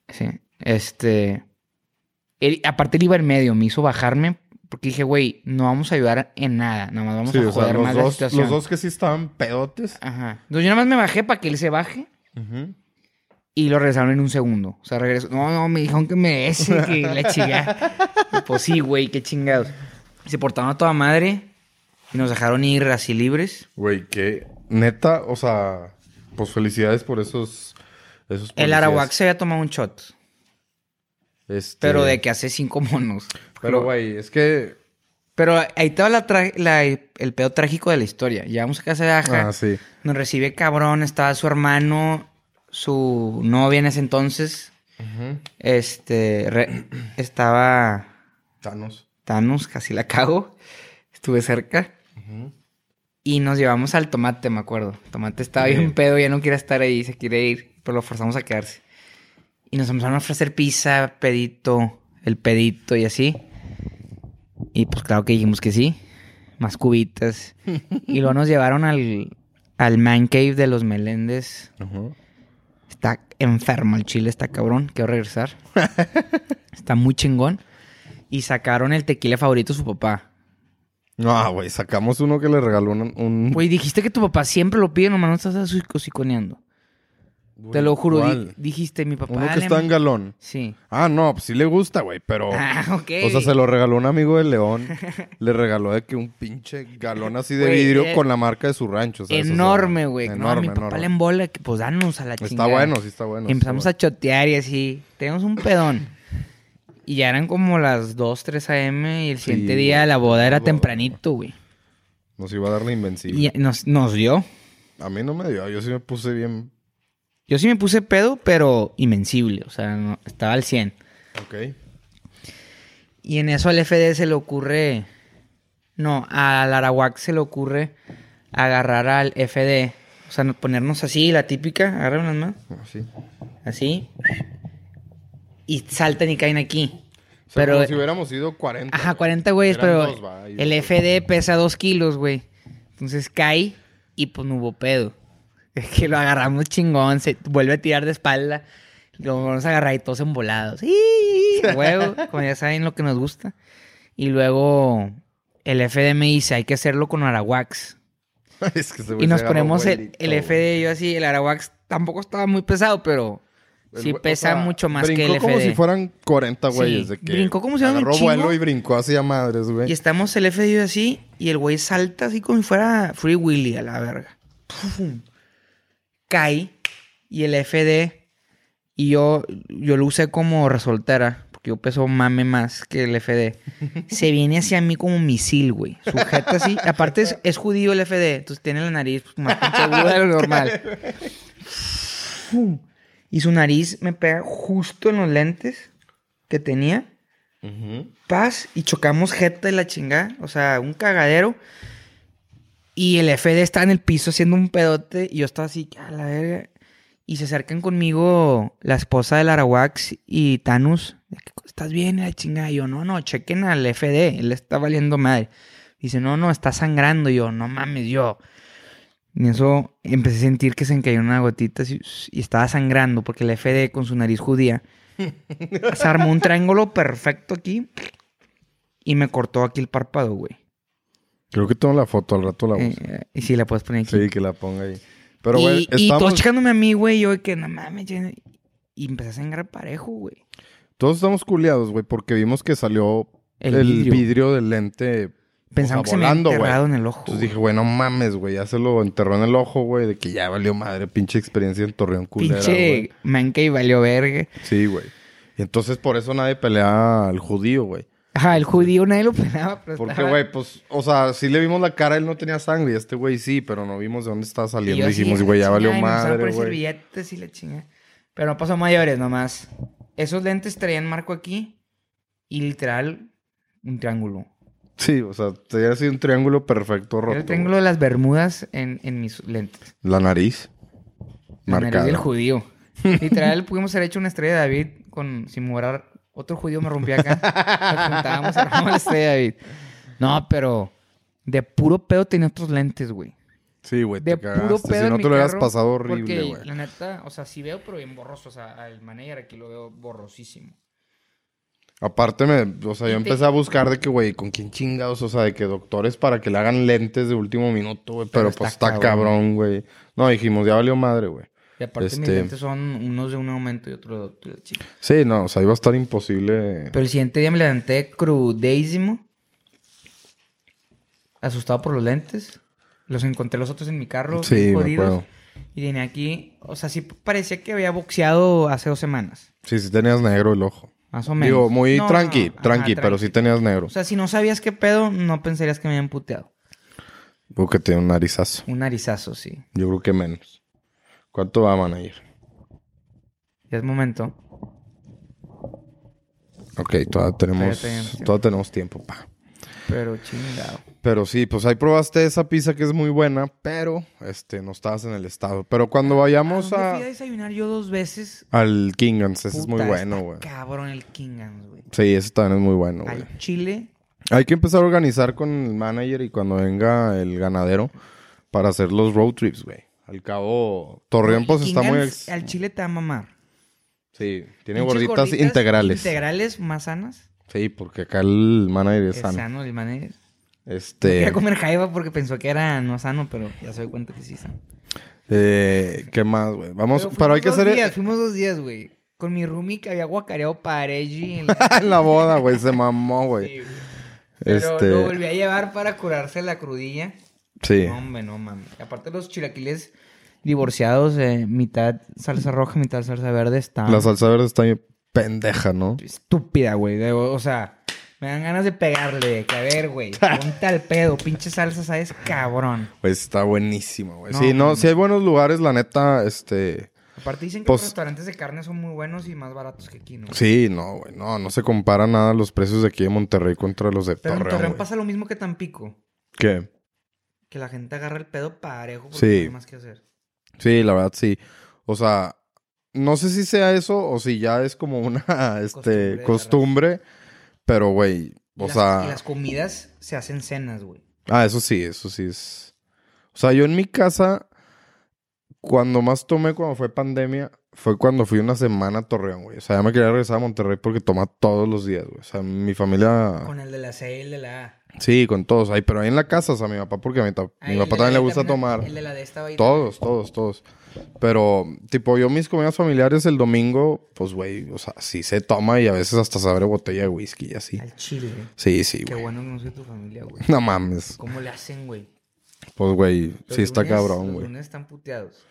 Speaker 2: Sí. Este. él- aparte, él iba en medio, me hizo bajarme. Porque dije, güey, no vamos a ayudar en nada. Nada más vamos
Speaker 1: Sí,
Speaker 2: a
Speaker 1: o
Speaker 2: joder
Speaker 1: sea,
Speaker 2: más
Speaker 1: los
Speaker 2: la
Speaker 1: dos,
Speaker 2: situación.
Speaker 1: los dos que sí estaban pedotes.
Speaker 2: Ajá. Entonces yo nada más me bajé para que él se baje.
Speaker 1: Ujú.
Speaker 2: Y lo regresaron en un segundo. O sea, regresó. No, no, me dijeron que me ese, que la chingada. pues sí, güey, qué chingados. Se portaron a toda madre. Y nos dejaron ir así libres.
Speaker 1: Güey, que neta, o sea, pues felicidades por esos. esos
Speaker 2: El
Speaker 1: policías.
Speaker 2: Arahuac se había tomado un shot.
Speaker 1: Este,
Speaker 2: Pero de que hace cinco monos.
Speaker 1: Pero, güey, es que.
Speaker 2: Pero ahí estaba la tra- la- el pedo trágico de la historia. Llegamos a casa de Aja.
Speaker 1: Ah, sí.
Speaker 2: Nos recibe cabrón. Estaba su hermano, su novia en ese entonces.
Speaker 1: Ujú.
Speaker 2: Este. re- estaba
Speaker 1: Thanos.
Speaker 2: Thanos, casi la cago. Estuve cerca.
Speaker 1: Ujú.
Speaker 2: Y nos llevamos al tomate, me acuerdo. El tomate estaba
Speaker 1: Sí.
Speaker 2: bien pedo, ya no quiere estar ahí, se quiere ir, pero lo forzamos a quedarse. Y nos empezaron a ofrecer pizza, pedito, el pedito y así. Y pues claro que dijimos que sí. Más cubitas. y luego nos llevaron al, al man cave de los Meléndez.
Speaker 1: Ujú.
Speaker 2: Está enfermo el chile, está cabrón. Quiero regresar. está muy chingón. Y sacaron el tequila favorito de su papá.
Speaker 1: No, ah, güey, sacamos uno que le regaló un... un-
Speaker 2: Güey, dijiste que tu papá siempre lo pide, nomás no estás así psiconeando.
Speaker 1: Güey,
Speaker 2: Te lo juro, di-
Speaker 1: ¿cuál?
Speaker 2: dijiste mi papá.
Speaker 1: Uno que
Speaker 2: le-
Speaker 1: está en galón.
Speaker 2: Sí.
Speaker 1: Ah, no, pues sí le gusta, güey, pero...
Speaker 2: Ah, ok.
Speaker 1: O sea, se lo regaló un amigo de León. le regaló de que un pinche galón así de
Speaker 2: Güey,
Speaker 1: vidrio
Speaker 2: eh,
Speaker 1: con la marca de su rancho. o sea, eso es
Speaker 2: Enorme,
Speaker 1: algo-
Speaker 2: güey. No, a
Speaker 1: Enorme,
Speaker 2: mi papá
Speaker 1: enorme.
Speaker 2: le embola que pues danos a la
Speaker 1: Está
Speaker 2: chingada.
Speaker 1: bueno, sí está bueno.
Speaker 2: Y empezamos a chotear y así. Tenemos un pedón. Y ya eran como las 2, 3 a.m. y el
Speaker 1: Sí,
Speaker 2: siguiente
Speaker 1: güey.
Speaker 2: día la boda era
Speaker 1: Boda,
Speaker 2: tempranito, güey.
Speaker 1: Nos iba a dar la invencible.
Speaker 2: Y nos, nos dio.
Speaker 1: A mí no me dio, yo sí me puse bien...
Speaker 2: Yo sí me puse pedo, pero invencible. O sea, no- estaba al 100.
Speaker 1: Ok.
Speaker 2: Y en eso al FD se le ocurre. No, al Arawak se le ocurre agarrar al FD. O sea, no- ponernos así, la típica. Agarran las manos.
Speaker 1: Así.
Speaker 2: Así. Y saltan y caen aquí.
Speaker 1: O sea,
Speaker 2: Pero-
Speaker 1: como si hubiéramos ido 40.
Speaker 2: Ajá,
Speaker 1: güey.
Speaker 2: 40 güeyes,
Speaker 1: Eran
Speaker 2: pero
Speaker 1: dos, va, y
Speaker 2: el
Speaker 1: dos.
Speaker 2: FD pesa 2 kilos, güey. Entonces cae y pues no hubo pedo. Es que lo agarramos chingón, se vuelve a tirar de espalda. Lo vamos a agarrar y todos embolados. ¡Sí! Huevo, como ya saben lo que nos gusta. Y luego el FD me dice, hay que hacerlo con Arawax.
Speaker 1: Es que ese güey se
Speaker 2: Y nos
Speaker 1: agarró
Speaker 2: ponemos el,
Speaker 1: vuelito,
Speaker 2: el
Speaker 1: güey.
Speaker 2: FD y yo así. El Arawax tampoco estaba muy pesado, pero
Speaker 1: El
Speaker 2: sí
Speaker 1: güey- o
Speaker 2: pesa
Speaker 1: sea,
Speaker 2: mucho más que el
Speaker 1: Brincó
Speaker 2: FD.
Speaker 1: como si fueran 40 güeyes.
Speaker 2: Sí,
Speaker 1: de que
Speaker 2: brincó como si fueran un
Speaker 1: Agarró
Speaker 2: chingo.
Speaker 1: vuelo y brincó hacia madres,
Speaker 2: Y
Speaker 1: güey.
Speaker 2: estamos el FDI así, y el güey salta así como si fuera Free Willy a la verga. Pum. Cae, y el FD, y yo, yo lo usé como resoltera, porque yo peso mame más que el FD. Se viene hacia mí como un misil, güey. Sujeta así. Aparte es, es judío el FD, entonces tiene la nariz pues, más pinche aguda de lo normal. Pum. Y su nariz me pega justo en los lentes que tenía
Speaker 1: Ujú.
Speaker 2: paz y chocamos jeta y la chingada. O sea, un cagadero. Y el FD está en el piso haciendo un pedote y yo estaba así, a la verga. Y se acercan conmigo la esposa del Arawax y Tanus. de que, ¿Estás bien? La chingada. Y yo, no, no, chequen al FD. Él está valiendo madre. Dice, no, no, está sangrando. Y yo, no mames, yo. Y en eso empecé a sentir que se me cayó una gotita así, y estaba sangrando porque el FD con su nariz judía se armó un triángulo perfecto aquí y me cortó aquí el párpado, güey.
Speaker 1: Creo que tengo la foto, al rato la
Speaker 2: Eh,
Speaker 1: uso.
Speaker 2: eh, y sí, la puedes poner aquí.
Speaker 1: Sí, que la ponga ahí. Pero,
Speaker 2: y,
Speaker 1: güey,
Speaker 2: y todos
Speaker 1: estamos...
Speaker 2: checándome a mí, güey, yo de que no mames. ya- Y empecé a sangrar parejo, güey.
Speaker 1: Todos estamos culiados, güey, porque vimos que salió
Speaker 2: El
Speaker 1: el,
Speaker 2: vidrio.
Speaker 1: vidrio. del lente.
Speaker 2: Pensaba
Speaker 1: o
Speaker 2: que
Speaker 1: sea,
Speaker 2: se me había
Speaker 1: volando, güey.
Speaker 2: enterrado en el ojo.
Speaker 1: Entonces
Speaker 2: güey.
Speaker 1: dije, güey, no mames, güey. Ya se lo enterró en el ojo, güey. De que ya valió madre, pinche experiencia en Torreón culera, güey.
Speaker 2: Pinche manca y valió verga.
Speaker 1: Sí, güey. Y entonces por eso nadie pelea al judío, güey.
Speaker 2: Ajá, el judío nadie lo pelaba, pero
Speaker 1: Porque,
Speaker 2: estaba-
Speaker 1: güey, pues, o sea, sí le vimos la cara, él no tenía sangre, y este güey sí, pero no vimos de dónde estaba
Speaker 2: Y
Speaker 1: saliendo.
Speaker 2: yo así,
Speaker 1: dijimos, güey, ya
Speaker 2: chingada,
Speaker 1: valió
Speaker 2: y me empezaron a
Speaker 1: madre,
Speaker 2: poner
Speaker 1: güey.
Speaker 2: servilletas y la chinga. Pero no pasó mayores nomás. Esos lentes traían marco aquí y literal un triángulo.
Speaker 1: Sí, o sea, te hubiera sido un triángulo perfecto roto.
Speaker 2: Era el triángulo de las Bermudas en, en mis lentes.
Speaker 1: güey. La nariz.
Speaker 2: La nariz
Speaker 1: Marcada.
Speaker 2: del judío. Literal, pudimos haber hecho una estrella de David con, sin morar. Otro judío me rompía acá. Nos juntábamos y armábamos la estrella de David. No, pero de puro pedo tenía otros lentes, güey.
Speaker 1: Sí, güey, te
Speaker 2: De puro
Speaker 1: cagaste.
Speaker 2: pedo.
Speaker 1: Si
Speaker 2: en
Speaker 1: no
Speaker 2: mi
Speaker 1: te lo hubieras
Speaker 2: carro,
Speaker 1: pasado
Speaker 2: porque,
Speaker 1: horrible, güey.
Speaker 2: La neta, o sea, sí veo, pero bien borroso. O sea, al manager aquí lo veo borrosísimo.
Speaker 1: Aparte, me, o sea,
Speaker 2: Y
Speaker 1: yo
Speaker 2: te-
Speaker 1: empecé a buscar de que, güey, ¿con quién chingados? O sea, de que doctores para que le hagan lentes de último minuto, güey.
Speaker 2: Pero
Speaker 1: Pero,
Speaker 2: está
Speaker 1: pues está
Speaker 2: cabrón.
Speaker 1: cabrón, güey. No, dijimos, ya valió madre, güey.
Speaker 2: Y aparte, mis
Speaker 1: Este-
Speaker 2: lentes son unos de un aumento y otro de otro. de chico.
Speaker 1: Sí, no, o sea, iba a estar imposible.
Speaker 2: Pero el siguiente día me levanté crudísimo. Asustado por los lentes. Los encontré los otros en mi carro.
Speaker 1: Sí,
Speaker 2: bien
Speaker 1: me
Speaker 2: jodidos.
Speaker 1: acuerdo.
Speaker 2: Y tenía aquí. O sea, sí parecía que había boxeado hace dos semanas.
Speaker 1: Sí, sí tenías negro el ojo.
Speaker 2: Más o menos.
Speaker 1: Digo, muy
Speaker 2: No,
Speaker 1: tranqui,
Speaker 2: no, no,
Speaker 1: tranqui,
Speaker 2: ajá,
Speaker 1: pero sí tenías negro.
Speaker 2: O sea, si no sabías qué pedo, no pensarías que me habían puteado.
Speaker 1: Creo que tenía un narizazo.
Speaker 2: Un narizazo, sí.
Speaker 1: Yo creo que menos. ¿Cuánto va, manager?
Speaker 2: Ya es momento.
Speaker 1: Ok, todavía tenemos,
Speaker 2: Todavía tenemos tiempo.
Speaker 1: todavía tenemos tiempo, pa.
Speaker 2: Pero chingado.
Speaker 1: Pero sí, pues ahí probaste esa pizza que es muy buena, pero este, no estabas en el estado. Pero cuando vayamos
Speaker 2: Ah, ¿Dónde
Speaker 1: a,
Speaker 2: fui a desayunar yo dos veces.
Speaker 1: al Kingans, ese es muy
Speaker 2: Puta,
Speaker 1: bueno,
Speaker 2: está
Speaker 1: güey.
Speaker 2: Cabrón, el Kingans, güey.
Speaker 1: Sí, ese también es muy bueno, güey.
Speaker 2: Al Chile.
Speaker 1: Hay que empezar a organizar con el manager y cuando venga el ganadero para hacer los road trips, güey. Al cabo, Torreón,
Speaker 2: el
Speaker 1: pues está muy...
Speaker 2: Kingans
Speaker 1: ex-
Speaker 2: Al Chile te va a mamar.
Speaker 1: Sí, tiene
Speaker 2: Pinches
Speaker 1: gorditas, integrales.
Speaker 2: Integrales más sanas.
Speaker 1: Sí, porque acá el manager es
Speaker 2: Es
Speaker 1: sano.
Speaker 2: sano el mané.
Speaker 1: Este,
Speaker 2: Quería comer jaiba porque pensó que era no sano, pero ya se dio cuenta que sí está.
Speaker 1: eh, ¿qué más, güey? Vamos, pero,
Speaker 2: fuimos
Speaker 1: hay que
Speaker 2: dos
Speaker 1: hacer
Speaker 2: días, fuimos dos días, güey. Con mi roomie que había guacareado Pareji. en la-
Speaker 1: en la boda, güey, se mamó, güey.
Speaker 2: Sí, güey. Pero lo
Speaker 1: Este,
Speaker 2: volví a llevar para curarse la crudilla.
Speaker 1: sí.
Speaker 2: No, hombre, no mames. Aparte los chilaquiles divorciados, eh, mitad salsa roja, mitad salsa verde, está
Speaker 1: La salsa verde está bien pendeja, ¿no?
Speaker 2: estúpida, güey. De- O sea, me dan ganas de pegarle, de que a ver, güey, ponte al pedo, pinche salsa, sabes, cabrón.
Speaker 1: Güey, Pues está buenísima, güey.
Speaker 2: No,
Speaker 1: sí, no,
Speaker 2: no,
Speaker 1: si hay buenos lugares, la neta, este...
Speaker 2: Aparte dicen que
Speaker 1: Pues-
Speaker 2: los restaurantes de carne son muy buenos y más baratos que aquí, ¿no?
Speaker 1: Sí, no, güey, no, no se compara nada los precios de aquí de Monterrey contra los de
Speaker 2: Pero en
Speaker 1: Torreón,
Speaker 2: Torreón
Speaker 1: güey.
Speaker 2: pasa lo mismo que Tampico.
Speaker 1: ¿Qué?
Speaker 2: Que la gente agarra el pedo parejo porque
Speaker 1: Sí.
Speaker 2: no hay más que hacer.
Speaker 1: Sí, la verdad, sí. O sea, no sé si sea eso o si ya es como una,
Speaker 2: Costumbre,
Speaker 1: este,
Speaker 2: la
Speaker 1: costumbre, pero, güey,
Speaker 2: Y
Speaker 1: o
Speaker 2: las-
Speaker 1: sea...
Speaker 2: y las comidas se hacen cenas, güey.
Speaker 1: Ah, eso sí, eso sí es. O sea, yo en mi casa, cuando más tomé cuando fue pandemia, fue cuando fui una semana a Torreón, güey. O sea, ya me quería regresar a Monterrey porque toma todos los días, güey. O sea, mi familia.
Speaker 2: Con el de la C y el de la A.
Speaker 1: Sí, con todos ahí, pero ahí en la casa, o sea, mi papá, porque a mi, ta- mi
Speaker 2: Ah, el de
Speaker 1: papá
Speaker 2: la
Speaker 1: también le
Speaker 2: D
Speaker 1: gusta tomar.
Speaker 2: El de la D estaba ahí.
Speaker 1: Todos, todos, todos. Pero, tipo, yo mis comidas familiares el domingo, pues, güey, o sea, sí se toma y a veces hasta se abre botella de whisky y así.
Speaker 2: Al chile. güey.
Speaker 1: Sí, sí,
Speaker 2: Qué
Speaker 1: güey.
Speaker 2: bueno que no soy tu familia, güey.
Speaker 1: No mames.
Speaker 2: ¿Cómo le hacen, güey?
Speaker 1: Pues, güey,
Speaker 2: Los
Speaker 1: sí está
Speaker 2: lunes-
Speaker 1: cabrón,
Speaker 2: Los
Speaker 1: güey.
Speaker 2: lunes están puteados.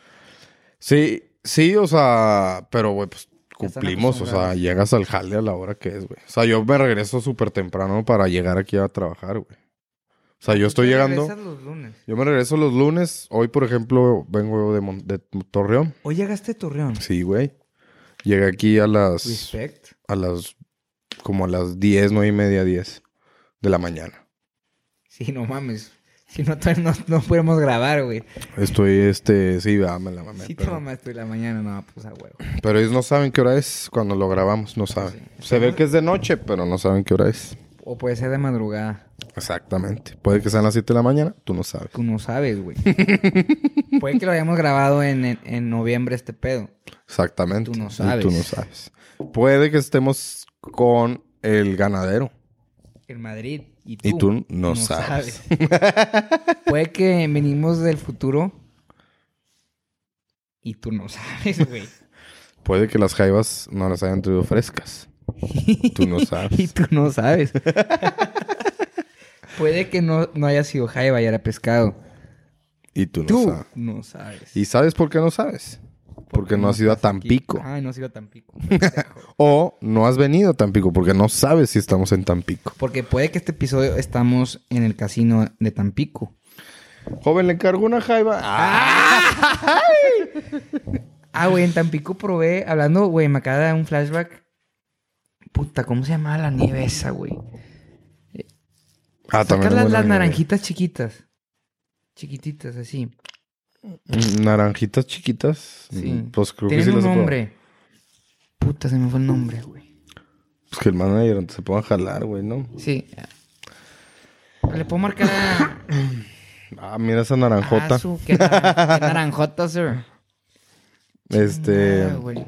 Speaker 1: Sí, sí, o sea, pero, güey, pues
Speaker 2: están
Speaker 1: cumplimos, o sea,
Speaker 2: acostumbrados.
Speaker 1: llegas al jale a la hora que es, güey. O sea, yo me regreso súper temprano para llegar aquí a trabajar, güey. O sea, yo estoy
Speaker 2: Tú te
Speaker 1: llegando,
Speaker 2: regresas los lunes.
Speaker 1: yo me regreso los lunes, hoy, por ejemplo, vengo de, Mon- de Torreón,
Speaker 2: Hoy llegaste a Torreón.
Speaker 1: sí, güey. Llegué aquí a las,
Speaker 2: Respect.
Speaker 1: a las, como a las 10, 9 y media, 10 de la mañana.
Speaker 2: Sí, no mames. Si no, todavía no, no pudiéramos grabar, güey.
Speaker 1: Estoy, este, sí, ah, me la mamé,
Speaker 2: Sí te
Speaker 1: pero,
Speaker 2: mamaste la mañana, no, pues a huevo.
Speaker 1: pero ellos no saben qué hora es cuando lo grabamos, no saben. Se ve que es de noche, pero no saben qué hora es.
Speaker 2: O puede ser de madrugada.
Speaker 1: Exactamente. Puede que sean las 7 de la mañana, tú no sabes.
Speaker 2: Tú no sabes, güey. puede que lo hayamos grabado en, en- en noviembre este pedo.
Speaker 1: Exactamente.
Speaker 2: Tú no
Speaker 1: Y
Speaker 2: sabes.
Speaker 1: tú no sabes. Puede que estemos con el ganadero
Speaker 2: En Madrid. Y tú,
Speaker 1: y tú no, sabes.
Speaker 2: Puede que venimos del futuro. Y tú no sabes, güey.
Speaker 1: Puede que las jaivas no las hayan traído frescas. Tú no
Speaker 2: Y
Speaker 1: sabes.
Speaker 2: tú no sabes. Puede que no, no haya sido jaiba y era pescado.
Speaker 1: Y tú no
Speaker 2: Tú
Speaker 1: sabes.
Speaker 2: no sabes.
Speaker 1: ¿Y sabes por qué no sabes? Porque no has ido a
Speaker 2: estás aquí.
Speaker 1: Tampico.
Speaker 2: Ay, no has ido a Tampico.
Speaker 1: O no has venido a Tampico porque no sabes si estamos en Tampico.
Speaker 2: Porque puede que este episodio estamos en el casino de Tampico.
Speaker 1: Joven, le encargo una jaiva.
Speaker 2: Ah, güey, en Tampico probé, hablando, güey, me acaba de dar un flashback. Puta, ¿cómo se llamaba la nieve esa, güey?
Speaker 1: Ah,
Speaker 2: Sacas
Speaker 1: es
Speaker 2: las,
Speaker 1: buena
Speaker 2: las
Speaker 1: idea.
Speaker 2: naranjitas chiquitas. Chiquititas, así.
Speaker 1: Mm, Naranjitas chiquitas.
Speaker 2: Sí.
Speaker 1: Mm, Pues creo que
Speaker 2: Tienen
Speaker 1: sí
Speaker 2: un
Speaker 1: las he probado.
Speaker 2: nombre. Puta, se me fue el nombre, güey.
Speaker 1: Pues que el manager antes se ponga a jalar, güey, ¿no?
Speaker 2: Sí. Le puedo marcar a...
Speaker 1: Ah, mira esa
Speaker 2: a
Speaker 1: naranjota.
Speaker 2: su- qué naran- qué naranjota, sir.
Speaker 1: Este.
Speaker 2: Ah, güey.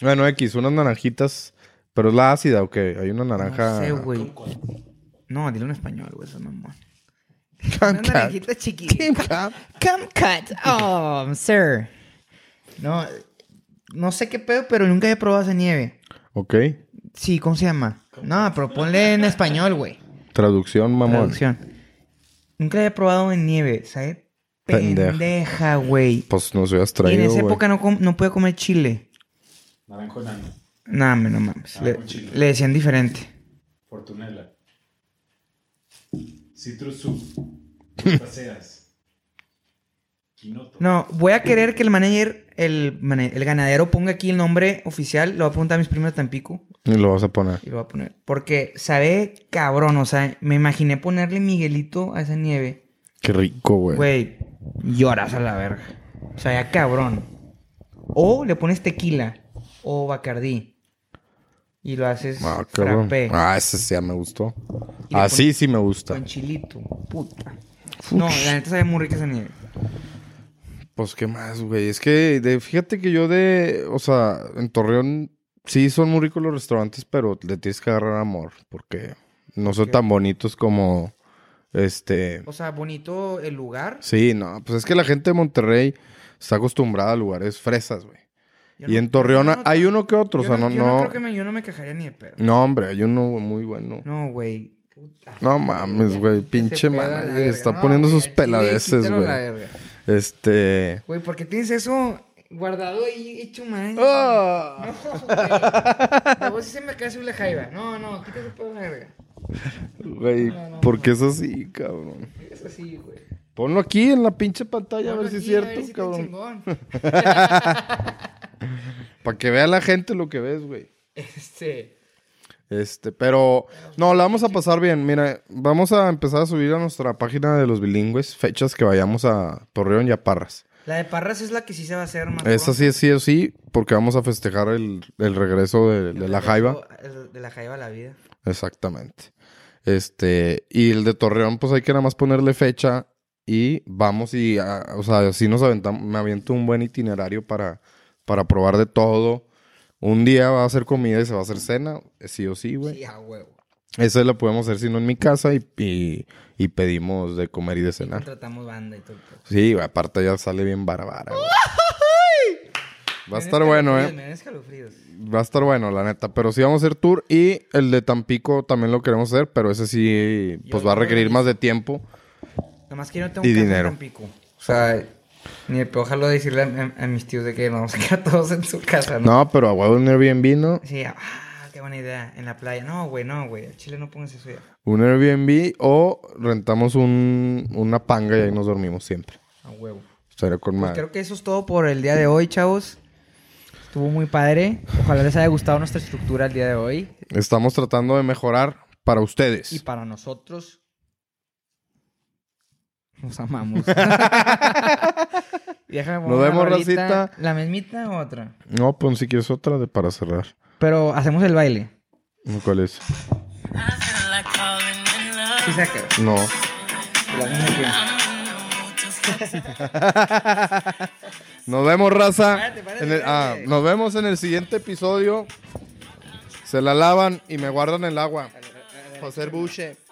Speaker 1: bueno, X, unas naranjitas. Pero es la ácida, ¿o qué? Hay una naranja.
Speaker 2: No sé, güey. No, dile en español, güey, eso mamón.
Speaker 1: Camcat.
Speaker 2: Una naranjita chiquita. Come cut. Oh, sir. No, no sé qué pedo, pero nunca he probado esa nieve.
Speaker 1: Ok.
Speaker 2: Sí, ¿cómo se llama? No, pero ponle en español, güey.
Speaker 1: Traducción, mamón.
Speaker 2: Traducción. Nunca la he probado en nieve, ¿sabes?
Speaker 1: Pendeja.
Speaker 2: Pendeja, güey.
Speaker 1: Pues nos hubieras
Speaker 2: Y en
Speaker 1: traído,
Speaker 2: esa
Speaker 1: güey.
Speaker 2: época no, com- no podía comer chile.
Speaker 3: Naranjo enano.
Speaker 2: Nah, me no mames.
Speaker 3: Ah,
Speaker 2: Le,
Speaker 3: con chile.
Speaker 2: le decían diferente.
Speaker 3: Fortunela. Citrus Soup. Paseas. Quinoto.
Speaker 2: No, voy a querer que el manager, el, mane- el ganadero ponga aquí el nombre oficial. Lo voy a preguntar a mis primos de Tampico
Speaker 1: Y lo vas a poner.
Speaker 2: y lo voy a poner. Porque sabe cabrón, o sea, me imaginé ponerle Miguelito a esa nieve.
Speaker 1: Qué rico, güey.
Speaker 2: Güey, lloras a la verga. O sea, ya cabrón. O le pones tequila o bacardí. Y lo haces
Speaker 1: Ah, cabrón.
Speaker 2: frappé
Speaker 1: Ah, ese sí ya me gustó.
Speaker 2: Y le
Speaker 1: Así sí me gusta.
Speaker 2: con chilito. Puta. No, la neta sabe muy rica esa nieve.
Speaker 1: Pues qué más, güey. Es que de- fíjate que yo de, o sea, en Torreón sí son muy ricos los restaurantes, pero le tienes que agarrar amor porque no son
Speaker 2: ¿Qué?
Speaker 1: tan bonitos como Este.
Speaker 2: O sea, bonito el lugar.
Speaker 1: Sí, no, pues es que la gente de Monterrey está acostumbrada a lugares fresas, güey.
Speaker 2: Yo
Speaker 1: Y
Speaker 2: no-
Speaker 1: en Torreón
Speaker 2: yo no-
Speaker 1: hay uno que otro, o
Speaker 2: yo
Speaker 1: sea,
Speaker 2: no,
Speaker 1: no,
Speaker 2: yo no
Speaker 1: no.
Speaker 2: creo que me- yo no me quejaría ni de pedo.
Speaker 1: No, hombre, hay uno muy bueno.
Speaker 2: No, güey. Puta.
Speaker 1: No mames, güey,
Speaker 2: Ese
Speaker 1: pinche
Speaker 2: pedo a la
Speaker 1: manager
Speaker 2: verga.
Speaker 1: está
Speaker 2: No,
Speaker 1: poniendo
Speaker 2: güey,
Speaker 1: sus
Speaker 2: al chile,
Speaker 1: peladeces,
Speaker 2: quítalo a
Speaker 1: güey.
Speaker 2: la verga.
Speaker 1: Este.
Speaker 2: Güey, ¿por qué tienes eso guardado ahí hecho mal?
Speaker 1: ¡Ah!
Speaker 2: No, güey. A vos sí se me cae la jaiba. No, no, quítese pedo a la verga.
Speaker 1: Güey,
Speaker 2: No, no,
Speaker 1: ¿por qué es así, cabrón?
Speaker 2: Es así, güey.
Speaker 1: Ponlo aquí en la pinche pantalla a ver
Speaker 2: Ponlo
Speaker 1: si es
Speaker 2: aquí, a
Speaker 1: cierto,
Speaker 2: ver si está
Speaker 1: cabrón.
Speaker 2: chingón.
Speaker 1: Para que vea la gente lo que ves, güey.
Speaker 2: Este.
Speaker 1: Este, pero no, la vamos a pasar bien. Mira, vamos a empezar a subir a nuestra página de los bilingües fechas que vayamos a Torreón y a Parras.
Speaker 2: La de Parras es la que sí se va a hacer más.
Speaker 1: Esa sí es sí o sí, porque vamos a festejar el, el regreso de, de la Jaiba.
Speaker 2: De la jaiba a la vida.
Speaker 1: Exactamente. Este, y el de Torreón, pues hay que nada más ponerle fecha y vamos y, ah, o sea, así nos aventamos, me aviento un buen itinerario para, para probar de todo. Un día va a ser comida y se va a hacer cena, sí o sí, güey.
Speaker 2: Sí, a huevo.
Speaker 1: Esa la podemos hacer si no en mi casa y, y- y pedimos de comer y de
Speaker 2: Y
Speaker 1: cenar.
Speaker 2: Contratamos banda y todo. el pedo.
Speaker 1: Sí, güey, aparte ya sale bien barabara. güey. Va a
Speaker 2: Me dan
Speaker 1: estar bueno,
Speaker 2: escalofríos,
Speaker 1: eh.
Speaker 2: Me dan escalofríos.
Speaker 1: Va a estar bueno, la neta. Pero sí vamos a hacer tour y el de Tampico también lo queremos hacer, pero ese sí,
Speaker 2: Yo
Speaker 1: pues va a
Speaker 2: lo
Speaker 1: requerir
Speaker 2: organizo.
Speaker 1: más de tiempo.
Speaker 2: Nomás que yo no tengo
Speaker 1: Y
Speaker 2: casa en
Speaker 1: dinero.
Speaker 2: Tampico. O sea, ni el peor jalo de decirle a, a- a mis tíos de que nos vamos a quedar todos en su casa, ¿no?
Speaker 1: No, pero a huevo un Airbnb, ¿no?
Speaker 2: Sí, ah, qué buena idea. En la playa. No, güey, no, güey. Al Chile no pongas eso ya.
Speaker 1: Un Airbnb o rentamos un, una panga y ahí nos dormimos siempre.
Speaker 2: A huevo.
Speaker 1: Estaría con
Speaker 2: Pues
Speaker 1: madre.
Speaker 2: creo que eso es todo por el día de hoy, chavos. Estuvo muy padre. Ojalá les haya gustado nuestra estructura el día de hoy.
Speaker 1: Estamos tratando de mejorar para ustedes.
Speaker 2: Y para nosotros, nos amamos. Y déjame poner
Speaker 1: Nos
Speaker 2: una
Speaker 1: vemos,
Speaker 2: rolita.
Speaker 1: racita.
Speaker 2: ¿La mismita o otra?
Speaker 1: No, pues si quieres otra de para cerrar.
Speaker 2: Pero hacemos el baile.
Speaker 1: ¿Cuál es?
Speaker 2: Sí, saca.
Speaker 1: No.
Speaker 2: La misma
Speaker 1: Nos vemos, raza.
Speaker 2: Párate, párate,
Speaker 1: En el- ah,
Speaker 2: párate.
Speaker 1: nos vemos en el siguiente episodio. Se la lavan y me guardan el agua. José Buche.